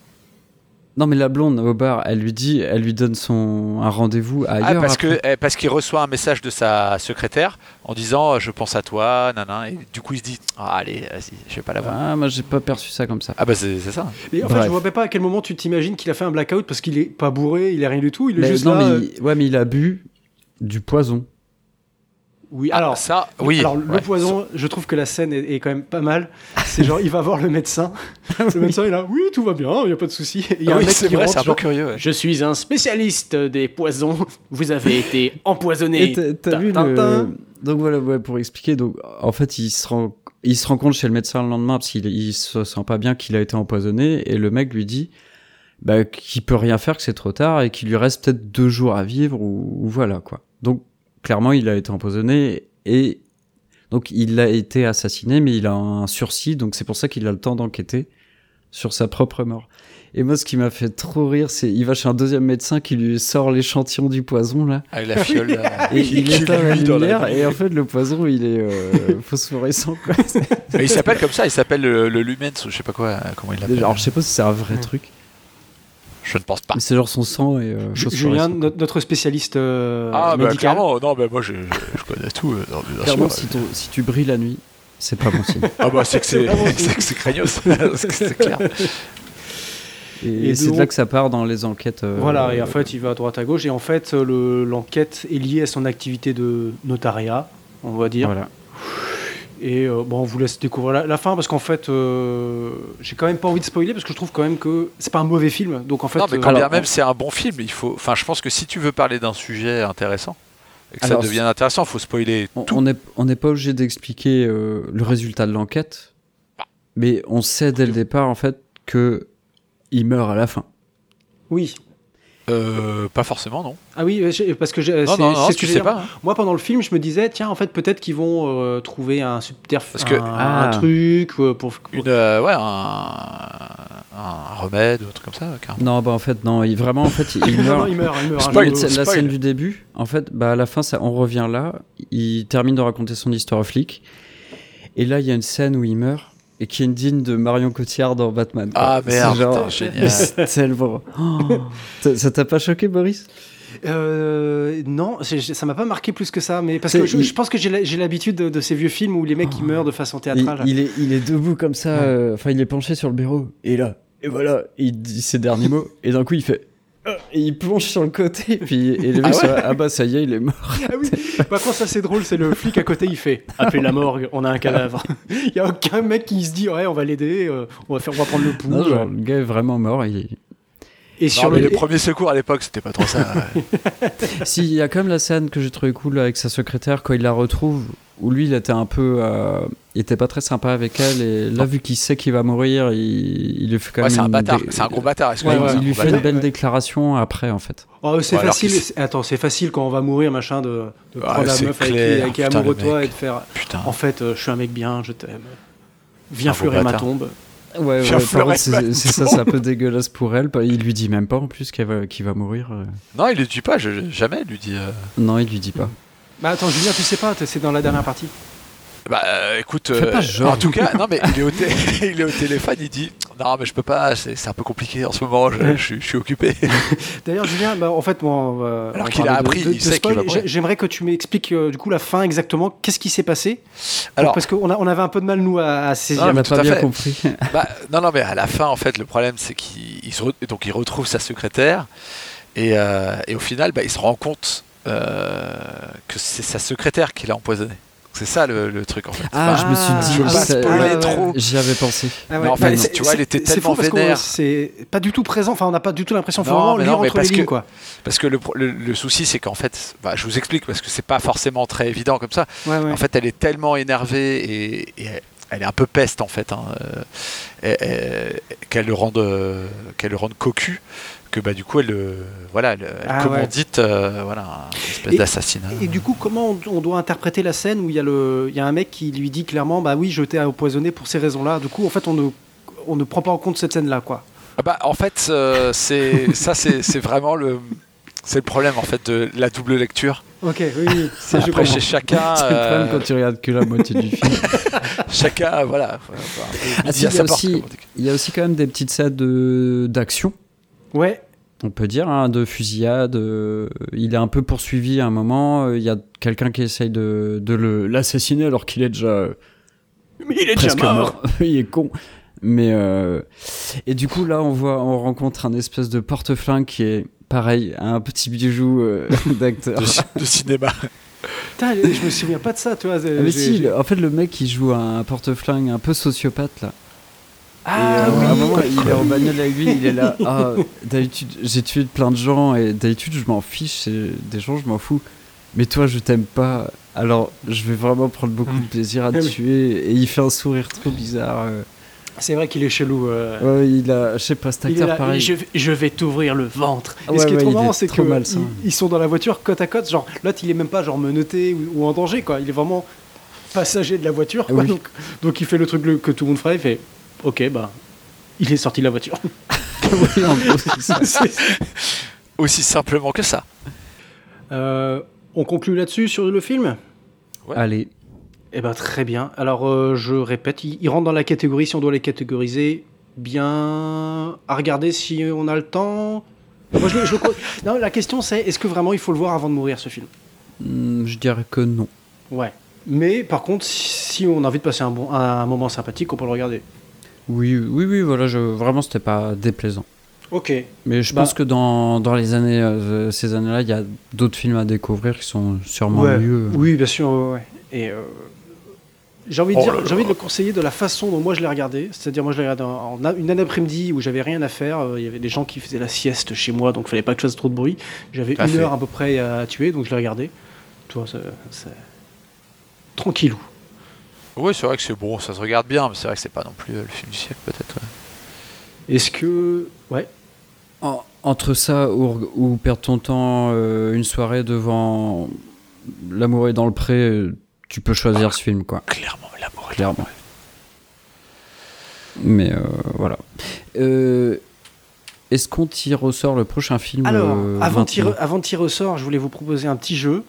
S4: Non, mais la blonde au bar, elle lui dit, elle lui donne son un rendez-vous ailleurs.
S5: ah, parce
S4: après.
S5: que eh, parce qu'il reçoit un message de sa secrétaire en disant euh, je pense à toi, nanan. Et du coup, il se dit Ah, allez, vas-y, je vais pas la voir.
S4: Ah, moi, j'ai pas perçu ça comme ça.
S5: Ah bah c'est c'est ça.
S3: Mais en fait,
S4: Bref.
S3: je ne vois pas à quel moment tu t'imagines qu'il a fait un blackout parce qu'il est pas bourré, il est rien du tout. Il est
S4: Mais
S3: juste
S4: non,
S3: là.
S4: mais
S3: euh,
S4: il- ouais, mais il a bu du poison.
S3: Oui, alors.
S5: ça, oui.
S3: Alors, le
S5: ouais.
S3: poison, je trouve que la scène est, est quand même pas mal. C'est genre, il va voir le médecin. Le médecin est là, oui, tout va bien, il n'y a pas de souci. Et Il y a
S5: Ah
S3: un
S5: oui,
S3: mec
S5: c'est
S3: qui
S5: vrai,
S3: rentre,
S5: c'est un peu
S3: genre,
S5: curieux. ouais.
S3: Je suis un spécialiste des poisons. Vous avez été
S4: Et
S3: empoisonné.
S4: t'as- t'as
S3: Tin-
S4: vu
S3: Tintin.
S4: le... Donc voilà, ouais, pour expliquer, donc, en fait, il se, rend... il se rend compte chez le médecin le lendemain parce qu'il il se sent pas bien qu'il a été empoisonné et le mec lui dit bah, qu'il peut rien faire, que c'est trop tard et qu'il lui reste peut-être deux jours à vivre ou, ou voilà quoi. Donc clairement, il a été empoisonné et donc il a été assassiné, mais il a un sursis, donc c'est pour ça qu'il a le temps d'enquêter sur sa propre mort. Et moi, ce qui m'a fait trop rire, c'est il va chez un deuxième médecin qui lui sort l'échantillon du poison là.
S5: Avec la fiole. euh, là.
S4: Et il
S5: Qui
S4: éteint la
S5: lui dans la
S4: lumière et en fait le poison il est euh, phosphorescent quoi.
S5: Mais il s'appelle comme ça, il s'appelle le, le Lumens ou je sais pas quoi, euh, comment il l'appelle.
S4: Déjà, alors je sais pas si c'est un vrai
S3: Ouais.
S4: truc,
S5: Je ne pense pas.
S4: mais c'est genre son sang et euh,
S3: Ju-
S4: phosphorescent.
S3: Julien, no- notre spécialiste euh,
S5: Ah bah
S3: médical.
S5: clairement, non mais moi je, je- je connais tout. euh, non, mais bien
S4: Clairement,
S5: sûr.
S4: si, ton- si tu brilles la nuit, c'est pas bon signe.
S5: Ah bah c'est que c'est
S3: Vraiment,
S5: c'est que c'est craignos, c'est que c'est clair.
S4: Et,
S3: Et
S4: c'est
S3: donc-
S4: de là que ça part dans les enquêtes. euh,
S3: Voilà, et en fait, il va à droite à gauche. Et en fait, le- l'enquête est liée à son activité de notariat, on va dire.
S4: voilà.
S3: Et euh, bon, on vous laisse découvrir la, la fin parce qu'en fait, euh, j'ai quand même pas envie de spoiler parce que je trouve quand même que c'est pas un mauvais film. Donc en fait,
S5: non mais
S3: euh,
S5: quand bien
S4: alors,
S5: même c'est un bon film, il faut. Enfin je pense que si tu veux parler d'un sujet intéressant et que
S4: Alors,
S5: ça devienne intéressant, faut spoiler
S4: On-
S5: tout.
S4: On n'est on n'est pas obligé d'expliquer euh, le résultat de l'enquête, mais on sait dès le départ en fait que il meurt à la fin.
S3: oui.
S5: Euh, pas forcément non.
S3: Ah oui, euh, j'ai- parce que j'ai-
S5: Non
S3: c'est
S5: non
S3: c'est
S5: non,
S3: ce que
S5: tu
S3: j'ai
S5: sais
S3: dit.
S5: pas. hein.
S3: Moi, pendant le film, je me disais, tiens, en fait, peut-être qu'ils vont euh, trouver un subterfuge,
S5: Parce que-
S3: un, un
S4: Ah.
S3: truc euh, pour.
S5: Une euh, ouais un, un remède ou un truc comme ça. carrément.
S4: Non, bah en fait non, il vraiment en fait il-
S3: Non,
S4: il
S3: non,
S4: meurt.
S3: il meurt, il meurt. hein, un
S5: Spoil.
S3: jour.
S4: C'est la
S5: spoil.
S4: scène du début, en fait, bah, à la fin, ça, on revient là. Il termine de raconter son histoire au flic. Et là, il y a une scène où il meurt et qui est une digne de Marion Cotillard dans Batman. quoi.
S5: Ah
S4: C'est
S5: merde,
S4: genre-
S5: putain, génial.
S4: Mais c'est tellement. Oh, ça ça t'a pas choqué, Boris
S3: Euh, non, j'ai- j'ai- ça m'a pas marqué plus que ça, mais parce
S4: C'est-
S3: que je,
S4: il-
S3: je pense que j'ai la- j'ai l'habitude de, de ces vieux films où les mecs qui meurent de façon
S4: il,
S3: théâtrale.
S4: il est, il est debout comme ça,
S3: Ouais.
S4: euh, enfin, il est penché sur le bureau. Et là, et voilà, il dit ses derniers mots. Et d'un coup, il fait. Ah Et il plonge sur le côté, et puis et les mecs sont là, ah bah ça y est, il est mort.
S3: Ah oui. Par contre, ça c'est drôle, c'est le flic à côté, il fait appeler la morgue, on a un cadavre. Il y a aucun mec qui se dit ouais, on va l'aider, euh, on va faire, on va prendre le pouls.
S4: Non, genre, le gars est vraiment mort. Il est-
S3: et
S5: Non,
S3: sur
S5: mais
S3: le,
S5: les premiers secours à l'époque c'était pas trop ça. ouais.
S4: Si, il y a quand même la scène que j'ai trouvé cool avec sa secrétaire quand il la retrouve, où lui il était un peu. euh, il était pas très sympa avec elle, et là, vu qu'il sait qu'il va mourir, il, il lui fait quand
S5: Ouais,
S4: même.
S5: c'est un
S4: une
S5: bâtard,
S4: dé-
S5: c'est un gros bâtard.
S4: Ouais,
S5: excuse-moi,
S3: ouais,
S5: c'est un
S4: il lui
S5: gros
S4: fait une
S5: bâtard.
S4: belle
S3: Ouais.
S4: déclation après, en fait.
S3: Oh, c'est
S5: Ouais, alors
S3: facile.
S5: qu'il-
S3: c'est- Attends, c'est facile quand on va mourir, machin, de, de
S5: Ah,
S3: prendre la
S5: c'est
S3: meuf avec qui-
S5: clair,
S3: avec qui est
S5: putain,
S3: amoureux de
S5: le
S3: toi
S5: mec.
S3: et de faire.
S5: Putain.
S3: En fait, euh, je suis un mec bien, je t'aime. Viens
S5: Un beau
S3: fleurir ma
S5: Ah, bâtard.
S3: tombe.
S4: Ouais,
S5: Faire
S4: ouais, par
S5: pleurer
S4: contre, c'est c'est ça, c'est un peu dégueulasse pour elle. bah, Il lui dit même pas en plus qu'elle va- qu'il va, mourir. euh.
S5: Non, il lui dit pas, je- jamais, il lui dit. euh,
S4: Non, il lui dit pas.
S3: Bah attends, Julien, tu sais pas, t'es- c'est dans la dernière partie.
S5: Bah euh, écoute,
S4: Fais pas ce genre.
S5: en tout cas, non mais il est, au té- il est au téléphone, il dit non mais je peux pas, c'est c'est un peu compliqué en ce moment, je, je suis- je suis occupé.
S3: D'ailleurs, Julien, bah, en fait, moi, on va- on va
S5: qu'il
S3: parler
S5: a
S3: de-
S5: appris,
S3: de-
S5: il
S3: de
S5: sait qu'il
S3: spoil.
S5: va mourir.
S3: J'ai- J'aimerais que tu m'expliques euh, du coup la fin exactement. Qu'est-ce qui s'est passé
S5: Alors,
S3: Parce qu'on a- on avait un peu de mal nous à, à saisir.
S4: on
S5: Ah, mais
S4: n'a
S5: tout
S4: pas
S5: à
S4: bien
S5: fait.
S4: compris.
S5: bah, non non mais à la fin en fait le problème c'est qu'il il se re- donc il retrouve sa secrétaire et, euh, et au final bah, il se rend compte euh, que c'est sa secrétaire qui l'a empoisonné. C'est ça le, le truc en fait.
S4: Ah,
S5: Enfin,
S4: je me suis dit,
S5: je veux pas
S4: ça-
S5: spoiler
S3: ouais, ouais.
S5: trop.
S4: J'y avais pensé.
S3: Ah
S5: Mais en fait,
S3: c'est-
S5: tu vois, elle
S3: c'est-
S5: était
S3: c'est
S5: tellement
S3: fou parce qu'on-
S5: vénère.
S3: C'est pas du tout présent. Enfin, on n'a pas du tout l'impression. Faut
S5: Non,
S3: vraiment
S5: mais
S3: lire
S5: non, mais
S3: entre les
S5: parce
S3: lignes,
S5: que-
S3: quoi.
S5: Parce que le, pro- le- le souci, c'est qu'en fait, bah, je vous explique parce que c'est pas forcément très évident comme ça.
S3: Ouais, ouais.
S5: En fait, elle est tellement énervée et, et elle- elle est un peu peste en fait, hein, euh, et- et- qu'elle le rende, euh, qu'elle le rende cocu, que bah du coup elle, le- voilà, elle, elle
S3: Ah ouais.
S5: commandite, euh, voilà, une espèce
S3: Et-
S5: d'assassinat.
S3: Et du coup, comment on- on doit interpréter la scène où il y, a le- il y a un mec qui lui dit clairement Bah oui, je t'ai empoisonné pour ces raisons-là. Du coup, en fait, on ne, on ne prend pas en compte cette scène-là, quoi.
S5: Ah bah, en fait, euh, c'est ça, c'est c'est vraiment le, c'est le problème en fait de la double lecture.
S3: Ok, oui, oui.
S5: C'est après chez chacun,
S4: C'est le problème
S5: euh,
S4: quand tu regardes que la moitié du film.
S5: chacun, voilà. voilà, un peu
S4: Ah, si,
S5: midi à
S4: il y
S5: sa
S4: a
S5: porte,
S4: aussi-
S5: comme on dit.
S4: Il y a aussi quand même des petites scènes de- d'action,
S3: Ouais,
S4: on peut dire, hein, de fusillade. euh, il est un peu poursuivi à un moment. euh, Il y a quelqu'un qui essaye de, de le- l'assassiner alors qu'il est déjà. euh,
S3: mais il est
S4: presque il est con. Mais euh, et du coup là on voit on rencontre un espèce de porte-flingue qui est pareil un petit bijou euh, d'acteur.
S5: De ci- de cinéma.
S3: Putain, je me souviens pas de ça, tu vois.
S4: Ah, mais si, le- en fait le mec il joue un porte-flingue un peu sociopathe là. Et,
S3: Ah
S4: euh, à un
S3: oui,
S4: moment, il est en bagnole avec lui, il est là. Ah, d'habitude, j'ai tué plein de gens et d'habitude, je m'en fiche. c'est Des gens, je m'en fous. Mais toi, je t'aime pas. Alors, je vais vraiment prendre beaucoup de plaisir à te
S3: Ah oui.
S4: tuer. Et il fait un sourire trop bizarre. euh.
S3: c'est vrai qu'il est chelou. euh.
S4: Ouais, il a, je sais pas, cet
S3: Il est
S4: acteur
S3: là,
S4: pareil.
S3: je, je vais t'ouvrir le ventre.
S4: Ah
S3: et ce
S4: ouais,
S3: qui est
S4: ouais,
S3: trop
S4: il
S3: marrant,
S4: est
S3: c'est que
S4: trop malsain.
S3: ils, ils sont dans la voiture côte à côte. Genre, l'autre, il est même pas genre menotté ou, ou en danger, quoi. Il est vraiment passager de la voiture, quoi.
S4: Oui.
S3: Donc, donc il fait le truc le- que tout le monde ferait. Il fait, ok, bah, il est sorti de la voiture.
S4: Oui, en gros, c'est ça.
S5: Aussi simplement que ça.
S3: Euh, on conclut là-dessus sur le film.
S4: Allez,
S3: Eh ben très bien. Alors euh, je répète, il, il rentre dans la catégorie si on doit les catégoriser. Bien à regarder si on a le temps. Moi, je le- je le co- non, la question c'est est-ce que vraiment il faut le voir avant de mourir ce film
S4: Hmm, je dirais que non.
S3: Ouais. Mais par contre, si on a envie de passer un, bon, un moment sympathique, on peut le regarder.
S4: Oui, oui, oui, voilà, je, vraiment, c'était pas déplaisant.
S3: Ok.
S4: Mais je
S3: Bah.
S4: pense que dans, dans les années, euh, ces années-là, il y a d'autres films à découvrir qui sont sûrement
S3: Ouais.
S4: mieux.
S3: Oui, bien sûr. ouais, ouais. Et euh, j'ai envie de
S5: Oh
S3: dire,
S5: là
S3: j'ai envie de le conseiller de la façon dont moi je l'ai regardé. C'est-à-dire, moi je l'ai regardé en, en- une après-midi où j'avais rien à faire. euh, Il y avait des gens qui faisaient la sieste chez moi, donc il fallait pas que je fasse trop de bruit. J'avais
S5: Tout à
S3: une
S5: fait.
S3: heure à peu près à tuer, donc je l'ai regardé. Toi, c'est c'est- tranquillou.
S5: Oui, c'est vrai que c'est bon, ça se regarde bien, mais c'est vrai que c'est pas non plus euh, le film du siècle, peut-être. ouais.
S3: Est-ce que ouais,
S4: En- entre ça ou, ou perdre ton temps euh, une soirée devant L'amour est dans le pré, euh, tu peux choisir ce film, quoi,
S5: Clairement, l'amour est là.
S4: clairement. Mais euh, voilà. Euh, Est-ce qu'on t'y ressort le prochain film
S3: Alors,
S4: euh,
S3: avant de tirer-
S4: 29?
S3: avant de tirer au sort, je voulais vous proposer un petit jeu.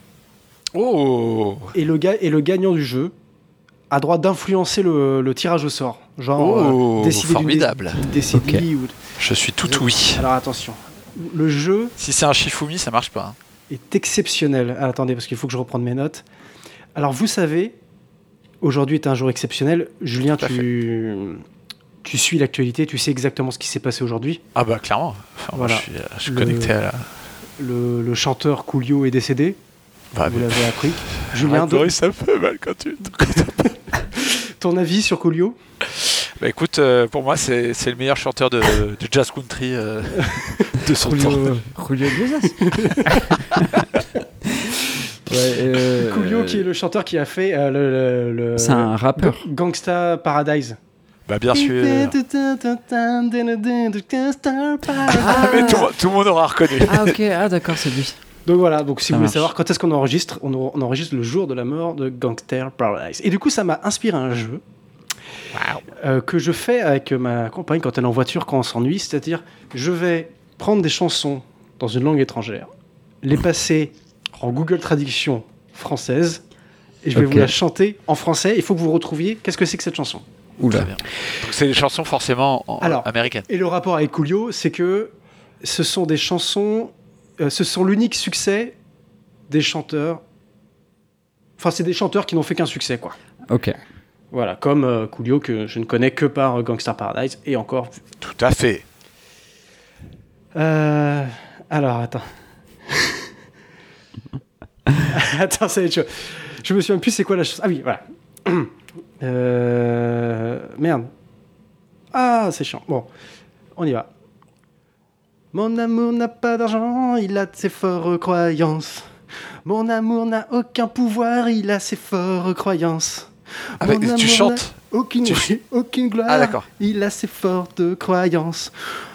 S5: Oh
S3: Et le, ga- et le gagnant du jeu a droit d'influencer le, le tirage au sort. Genre,
S5: Oh,
S3: euh, décider d'une-
S5: formidable.
S3: décider
S4: Ok.
S3: ou-
S5: Je suis tout oui.
S3: Alors attention, le jeu
S5: Si c'est un Shifumi, ça marche pas. hein.
S3: est exceptionnel. Ah, attendez, parce qu'il faut que je reprenne mes notes. Alors vous savez, aujourd'hui est un jour exceptionnel. Julien,
S5: Tout à
S3: tu, tu suis l'actualité, tu sais exactement ce qui s'est passé aujourd'hui.
S5: Ah bah clairement. Enfin, moi,
S3: Voilà.
S5: je suis, euh, je suis
S3: Le-
S5: connecté à la.
S3: Le, le chanteur Coolio est décédé,
S5: Bah,
S3: vous
S5: mais-
S3: l'avez appris. Julien,
S5: Ah, Doris, ça fait mal quand tu.
S3: ton avis sur Coolio
S5: bah écoute, euh, pour moi, c'est c'est le meilleur chanteur de, de jazz country euh, de son
S4: Julio, euh,
S5: temps.
S4: Julio Iglesias. Ouais, euh,
S3: Coolio qui est le chanteur qui a fait euh, le, le- le-
S4: C'est un rappeur.
S3: Gangsta Paradise.
S5: Bah bien sûr.
S4: Ah,
S5: Mais tout, tout le monde aura reconnu.
S4: ah, ok, ah, d'accord, c'est lui.
S3: Donc voilà, donc si
S4: Ça
S3: vous voulez
S4: marche.
S3: savoir quand est-ce qu'on enregistre, on, en- on enregistre le jour de la mort de Gangster Paradise. Et du coup, ça m'a inspiré un jeu euh, que je fais avec ma compagne quand elle est en voiture, quand on s'ennuie, c'est-à-dire je vais prendre des chansons dans une langue étrangère, les passer en Google Traduction française, et je vais
S4: Ok.
S3: vous la chanter en français. Il faut que vous retrouviez qu'est-ce que c'est que cette chanson.
S4: Oula.
S5: Très bien. Donc c'est des chansons forcément en-
S3: Alors.
S5: américaines.
S3: Et le rapport avec Coolio, c'est que ce sont des chansons, euh, ce sont l'unique succès des chanteurs. Enfin, c'est des chanteurs qui n'ont fait qu'un succès, quoi.
S4: Ok.
S3: Voilà, comme euh, Coolio que je ne connais que par euh, Gangsta Paradise et encore.
S5: Tout à fait.
S3: Euh, alors, attends. attends, ça va être chaud. Je me souviens plus c'est quoi la chanson. Ah oui, voilà. Euh, Merde. Ah, c'est chiant. Bon, on y va. Mon amour n'a pas d'argent, il a de ses fortes croyances. Mon amour n'a aucun pouvoir, il a ses fortes croyances.
S5: Ah, mais
S3: Mon amour
S5: tu
S3: n'a
S5: chantes
S3: Aucune,
S5: Tu ch-
S3: aucune gloire.
S5: Ah, d'accord.
S3: Il a ses fortes croyances.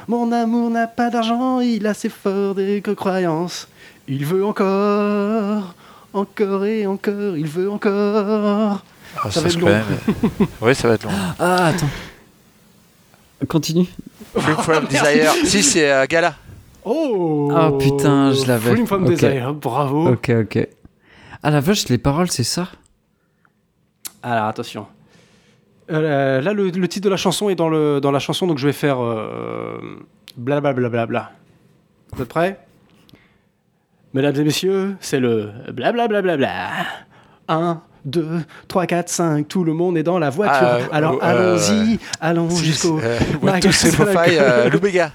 S3: Mon amour n'a pas d'argent, il a ses fortes croyances. Il veut encore, encore et encore, il veut encore.
S5: Ah,
S3: Ça va
S5: se
S3: être long.
S5: connaît, mais- oui, ça va être long.
S4: Ah, attends. Continue.
S5: Freedom from Desire. Si, c'est euh, Gala.
S3: Oh
S4: Ah, putain, je l'avais.
S3: Freedom from
S4: Ok.
S3: Desire,
S5: Oh.
S3: bravo.
S4: Ok, ok. Ah la vache, les paroles, c'est ça
S3: Alors attention. Euh, là, le, le titre de la chanson est dans, le, dans la chanson, donc je vais faire euh, blablabla. Vous êtes prêts Mesdames et messieurs, c'est le blablabla. 1, 2, 3, 4, 5, tout le monde est dans la voiture.
S5: Ah, euh,
S3: Alors
S5: euh,
S3: allons-y, allons
S5: Si,
S3: jusqu'au.
S5: c'est, euh, What to
S3: magasin.
S5: Simplify, euh, Lubega.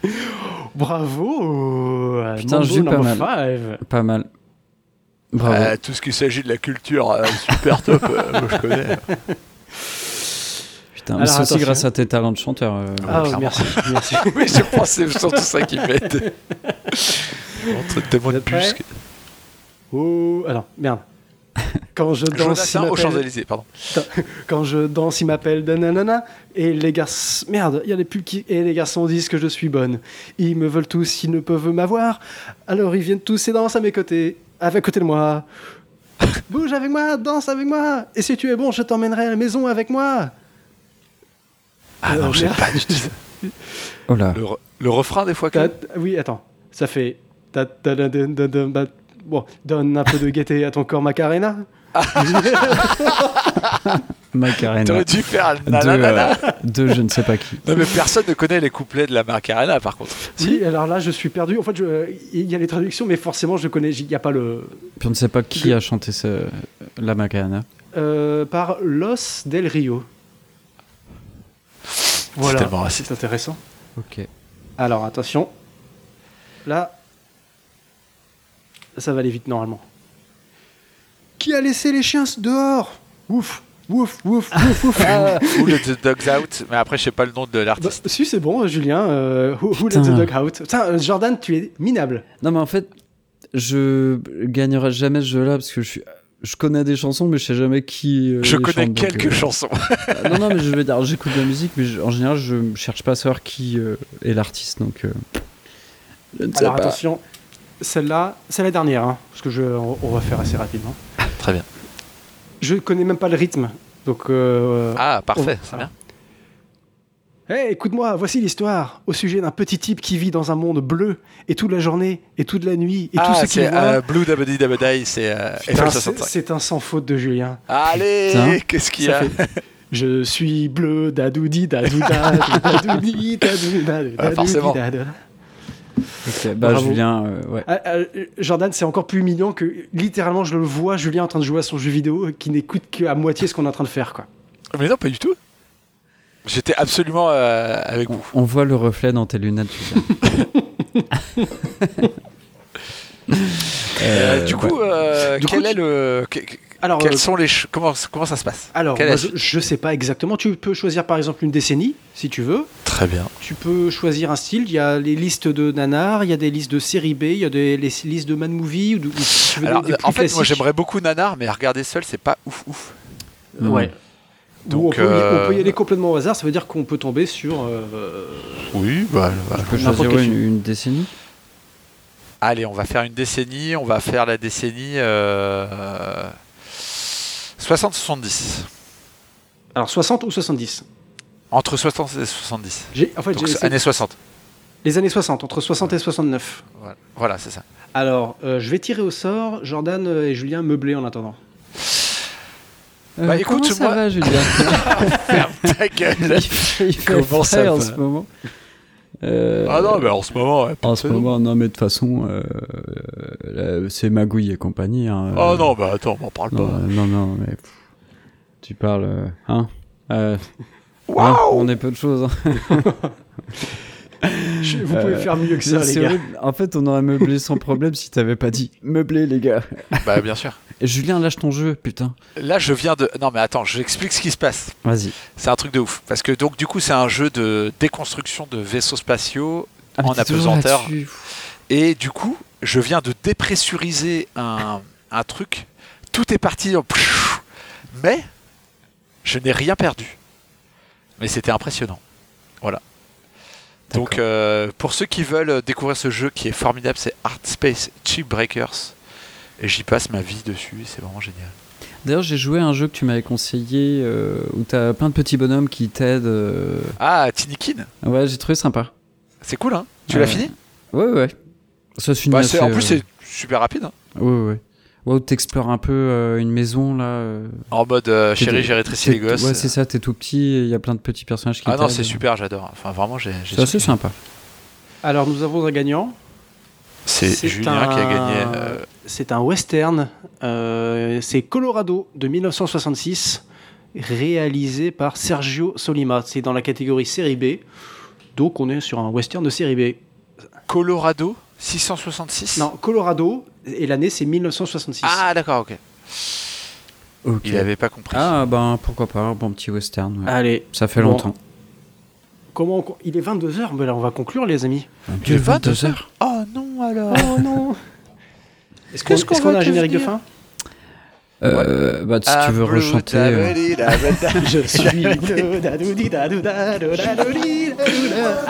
S3: Bravo
S4: Putain,
S3: Mambo
S4: j'ai eu pas
S3: number five.
S4: Pas mal. Bravo.
S5: Euh, tout ce qui s'agit de la culture, euh, super top. euh, moi, je connais.
S4: Putain, mais
S3: alors,
S4: c'est aussi
S3: attention.
S4: grâce à tes talents de chanteur. euh.
S3: Ah,
S5: clairement.
S3: merci, merci.
S5: Oui, je pense que c'est surtout ça qui m'aide. Entre tellement
S3: Vous
S5: de
S3: êtes prêts
S5: bus. que-
S3: Oh, alors, merde. Quand je danse, il
S5: Jodassin aux
S3: m'appelle-
S5: Champs-Élysées, pardon.
S3: Quand je danse, il m'appelle nanana. Et les garçons. Merde, il y a des pubs qui. Et les garçons disent que je suis bonne. Ils me veulent tous, ils ne peuvent m'avoir. Alors ils viennent tous et dansent à mes côtés. Avec côté de moi. Bouge avec moi, danse avec moi. Et si tu es bon, je t'emmènerai à la maison avec moi.
S5: Ah
S3: Alors,
S5: non, j'ai
S3: merde.
S5: pas du tout.
S4: Oh là.
S5: Le, re- le refrain, des fois, que.
S3: Ta- Euh, Oui, attends. Ça fait. ta- ta- da- da- da- da- ba- Bon, donne un peu de gaieté à ton corps Macarena.
S4: Macarena.
S5: T'aurais dû faire
S4: De,
S5: nanana.
S4: euh, de je ne sais pas qui.
S5: Non, mais personne ne connaît les couplets de la Macarena, par contre.
S3: Oui, alors là, je suis perdu. En fait, je- il y a les traductions, mais forcément, je connais. Il n'y a pas le.
S4: Puis on ne sait pas qui a chanté ce... la Macarena.
S3: Euh, par Los del Rio. Voilà.
S5: C'est tellement raciste.
S3: C'est intéressant.
S4: Ok.
S3: Alors attention. Là, ça va aller vite normalement. Qui a laissé les chiens dehors Ouf, ouf, ouf, ouf, ouf. Ah,
S5: Ou le The Dogs Out, mais après, je sais pas le nom de
S3: bah,
S5: l'artiste.
S3: si c'est bon, Julien. euh, who who let
S4: Putain.
S3: the dog out Putain, euh, Jordan, tu es minable.
S4: Non, mais en fait, je gagnerai jamais ce jeu-là parce que je suis. Je connais des chansons, mais je sais jamais qui. euh,
S5: Je
S4: les
S5: connais
S4: chante, donc,
S5: quelques
S4: euh,
S5: chansons.
S4: Ah, Non, non, mais je veux dire, j'écoute de la musique, mais je- en général, je cherche pas à savoir qui euh, est l'artiste, donc. euh, je ne sais
S3: Alors
S4: pas.
S3: attention, celle-là, c'est la dernière, hein, parce que je, on, on va faire assez rapidement.
S5: Très bien.
S3: Je connais même pas le rythme, donc. euh,
S5: Ah, parfait,
S3: Oh,
S5: c'est bien.
S3: Hé, Eh, écoute-moi, voici l'histoire au sujet d'un petit type qui vit dans un monde bleu et toute la journée et toute la nuit et tout
S5: Ah,
S3: ce qu'il
S5: c'est
S3: voit.
S5: euh, Blue Dabadi Dabadai, c'est euh,
S3: Putain,
S5: Eiffel
S3: c'est
S5: 65.
S3: c'est un sans faute de Julien.
S5: Allez,
S4: Putain.
S5: qu'est-ce qu'il y
S3: Ça
S5: a
S3: fait- Je suis bleu, dadoudi, dadouda, dadoudi, dadouda, dadoudi,
S5: Ah, forcément.
S3: dadouda.
S4: Ok, bah,
S3: Bravo.
S4: Julien, euh, ouais.
S3: Ah, ah, Jordan, c'est encore plus humiliant que littéralement je le vois, Julien en train de jouer à son jeu vidéo, qui n'écoute qu'à moitié ce qu'on est en train de faire. quoi.
S5: Mais non, pas du tout. J'étais absolument euh, avec vous.
S4: On voit le reflet dans tes lunettes, Julien.
S5: Euh,
S4: Euh,
S5: du
S4: ouais.
S5: coup, euh,
S3: Du
S5: quel
S3: coup,
S5: est le. que- que-
S3: Alors, euh,
S5: Quels sont les. ch- Comment, comment ça se passe
S3: alors
S5: Quelle
S3: moi, je,
S5: est-
S3: je sais pas exactement. Tu peux choisir par exemple une décennie, si tu veux.
S5: Très bien.
S3: Tu peux choisir un style. Il y a les listes de nanars, il y a des listes de série B, il y a des les listes de man movie. Ou de- ou si tu veux,
S5: Alors,
S3: des- des
S5: en
S3: plus
S5: fait, moi
S3: classiques.
S5: j'aimerais beaucoup Nanar, mais à regarder seul, c'est pas ouf ouf.
S3: Ouais. Ou
S5: Donc,
S3: on, peut, y-
S5: euh,
S3: on peut y aller complètement au hasard. Ça veut dire qu'on peut tomber sur. euh,
S5: Oui, bah.
S4: Je peux
S3: N'importe
S4: choisir
S3: quel
S4: une,
S3: film.
S4: une décennie
S5: Allez, on va faire une décennie, on va faire la décennie. euh, 60-70.
S3: Alors 60 ou 70.
S5: Entre 60 et 70.
S3: J'ai- En fait,
S5: Donc,
S3: j'ai-
S5: c'est
S3: c'est
S5: années 60.
S3: les années 60, entre 60 et 69.
S5: Voilà, Voilà, c'est ça.
S3: Alors, euh, je vais tirer au sort Jordan et Julien meublés en attendant.
S5: Bah, écoute,
S4: Euh, comment ça
S5: moi-
S4: va, Julien
S5: Ferme ta gueule
S4: Il fait, il fait
S5: Comment ça
S4: frais
S5: va
S4: en ce moment. Euh,
S5: Ah non, mais en ce moment. ouais,
S4: En ce
S5: putain.
S4: moment, non, mais de toute façon, euh, là, c'est Magouille et compagnie. hein.
S5: Ah non, bah attends, m'en parle
S4: non,
S5: pas.
S4: euh, non, non, mais pff, tu parles, euh, hein Euh,
S5: Waouh
S4: hein, On est peu de choses. hein.
S3: Je- Vous pouvez
S4: Euh,
S3: faire mieux que ça, les
S4: C'est
S3: gars.
S4: horrible. En fait, on aurait meublé sans problème si t'avais pas dit meublé, les gars.
S5: Bah bien sûr.
S4: Julien, lâche ton jeu, putain.
S5: Là, je viens de. Non, mais attends, j'explique ce qui se passe.
S4: Vas-y.
S5: C'est un truc de ouf. Parce que donc, du coup, c'est un jeu de déconstruction de vaisseaux spatiaux
S4: Ah, mais
S5: en
S4: t'es toujours
S5: apesanteur.
S4: là-dessus.
S5: Et du coup, je viens de dépressuriser un, un truc. Tout est parti en pfff. Mais je n'ai rien perdu. Mais c'était impressionnant. Voilà. Donc,
S4: D'accord.
S5: euh, pour ceux qui veulent découvrir ce jeu qui est formidable, c'est Art Space Chip Breakers. Et j'y passe ma vie dessus. C'est vraiment génial.
S4: D'ailleurs, j'ai joué à un jeu que tu m'avais conseillé euh, où t'as plein de petits bonhommes qui t'aident. euh.
S5: Ah, Tinikin,
S4: Ouais, j'ai trouvé sympa.
S5: c'est cool, hein Tu
S4: Ouais.
S5: l'as fini
S4: Ouais, ouais. Ça se finit
S5: Bah, c'est- En
S4: assez,
S5: plus,
S4: euh,
S5: c'est super rapide. hein.
S4: Ouais, ouais. Ouais, où t'explores un peu euh, une maison là. euh,
S5: En mode euh,
S4: t'es-
S5: chérie, j'ai rétréci les
S4: t'es-
S5: gosses.
S4: Ouais, c'est ça, t'es tout petit et il y a plein de petits personnages qui
S5: ah non,
S4: t'aident.
S5: c'est super, j'adore. Enfin, vraiment, j'ai. j'ai
S4: C'est assez
S5: su-
S4: sympa.
S3: Alors nous avons un gagnant.
S5: C'est
S3: C'est
S5: Julien qui a
S3: un-
S5: gagné. euh,
S3: C'est un western. euh, c'est Colorado de 1966, réalisé par Sergio Solima. C'est dans la catégorie série B. Donc on est sur un western de série B.
S5: Colorado 666
S3: Non, Colorado, et l'année c'est 1966.
S5: Ah d'accord, ok.
S4: Ok.
S5: Il avait pas compris.
S4: Ah ben pourquoi pas, un bon petit western.
S5: Ah,
S4: ouais.
S3: Allez,
S4: Ça fait
S3: Bon.
S4: longtemps.
S3: comment on con- Il est 22h, mais là on va conclure les amis.
S5: Il est 22
S4: 22
S5: heures. Oh non alors
S3: Oh non Est-ce qu'on
S5: Qu'est-ce qu'on
S3: est-ce qu'on a
S5: va
S3: un
S5: te
S3: générique de
S5: dire
S3: fin
S4: Euh, bah, si
S5: Ah,
S4: tu veux rechanter. euh,
S3: Je suis... À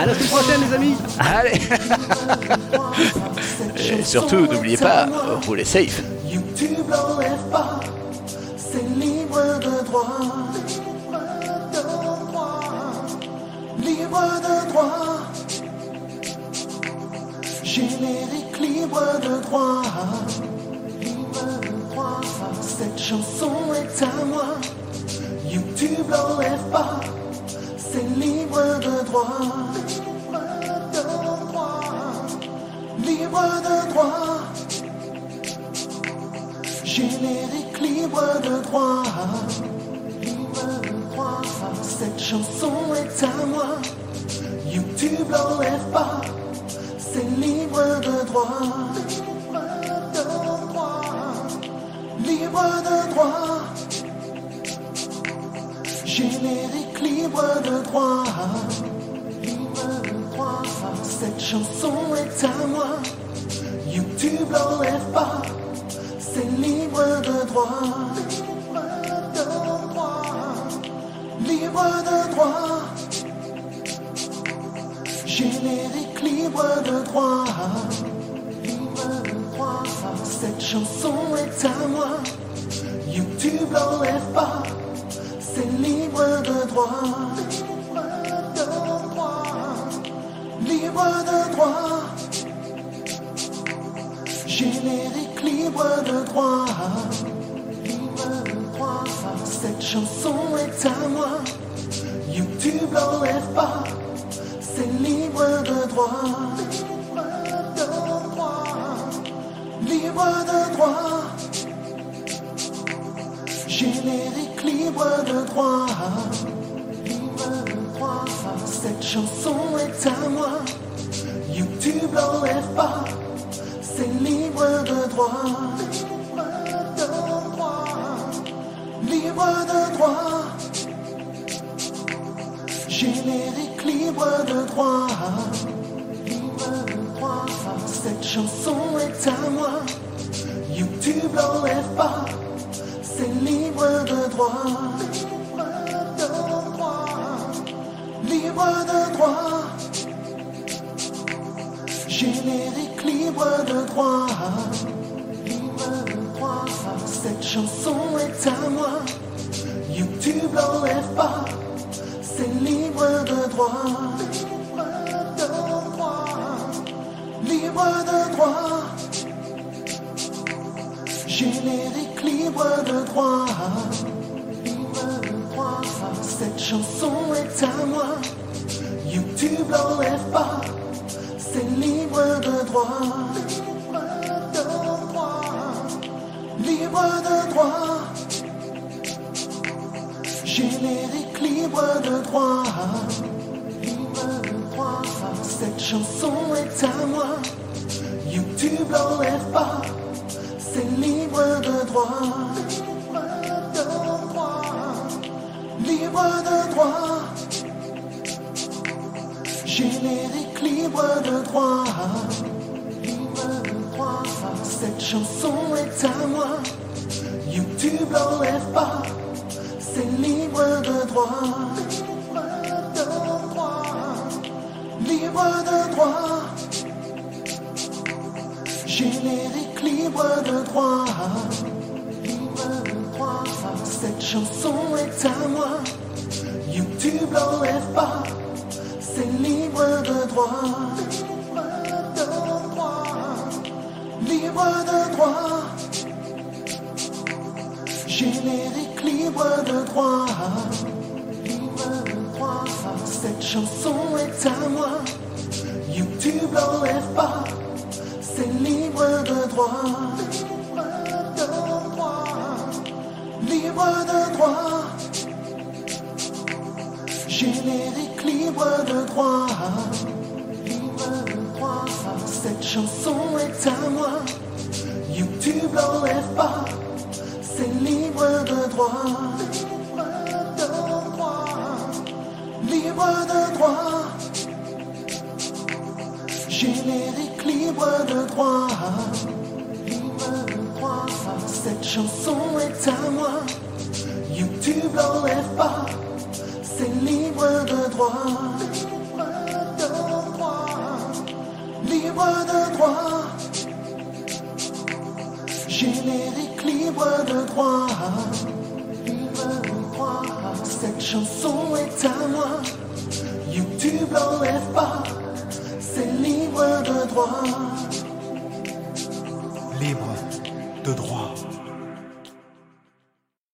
S3: la semaine prochaine les amis
S5: Allez Et surtout, n'oubliez pas, vous les safe
S6: YouTube l'enlève pas, c'est libre de droit. Libre de droit. Générique libre de droit. Libre de droit. Cette chanson est à moi. YouTube l'enlève pas, c'est libre de droit. Libre de droit. Libre de droit. Générique libre de droit. Libre de droit. Cette chanson est à moi. YouTube l'enlève pas. C'est libre de droit. Libre de droit. Libre de droit. Générique libre de droit. Libre de droit. Cette chanson est à moi. YouTube l'enlève pas. C'est libre de droit. Libre de droit. Libre de droit. Générique libre de droit. Libre de droit. Cette chanson est à moi. YouTube l'enlève pas. C'est libre de droit. Libre de droit. Libre de droit. Générique libre de droit. Libre de droit. Cette chanson est à moi. YouTube l'enlève pas. C'est libre de droit. Libre de droit. Libre de droit. Générique libre de droit. Libre de droit. Cette chanson est à moi. YouTube l'enlève pas. C'est libre de droit. Libre de droit. Libre de droit. Générique libre de droit. Libre de droit. Cette chanson est à moi. YouTube l'enlève pas. C'est libre de droit. Libre de droit. Libre de droit. Générique libre de droit. Libre de droit. Cette chanson est à moi. YouTube l'enlève pas. C'est libre de droit. Libre de droit. Libre de droit. Générique libre de droit. Libre de droit. Cette chanson est à moi. YouTube l'enlève pas. C'est libre de droit. Libre de droit. Libre de droit. Générique libre de droit. Libre de droit. Cette chanson est à moi. YouTube l'enlève pas. C'est libre libre de droit, libre de droit, libre de droit, générique libre de droit, libre de droit. Cette chanson est à moi, YouTube l'enlève pas, c'est libre de droit, libre de droit, libre de droit. Générique libre de droit, libre de droit. Cette chanson est à moi, YouTube l'enlève pas. C'est libre de droit, libre de droit, libre de droit. Générique libre de droit, libre de droit. Cette chanson est à moi, YouTube l'enlève pas. C'est libre de droit, libre de droit, libre de droit. Générique libre de droit, libre de droit. Cette chanson est à moi, YouTube l'enlève pas. C'est libre de droit, libre de droit, libre de droit. Générique libre de droit, libre de droit. Cette chanson est à moi, YouTube l'enlève pas. C'est libre de droit, libre de droit, libre de droit. Générique libre de droit, libre de droit. Cette chanson est à moi, YouTube l'enlève pas. C'est libre de droit.
S7: Libre de droit.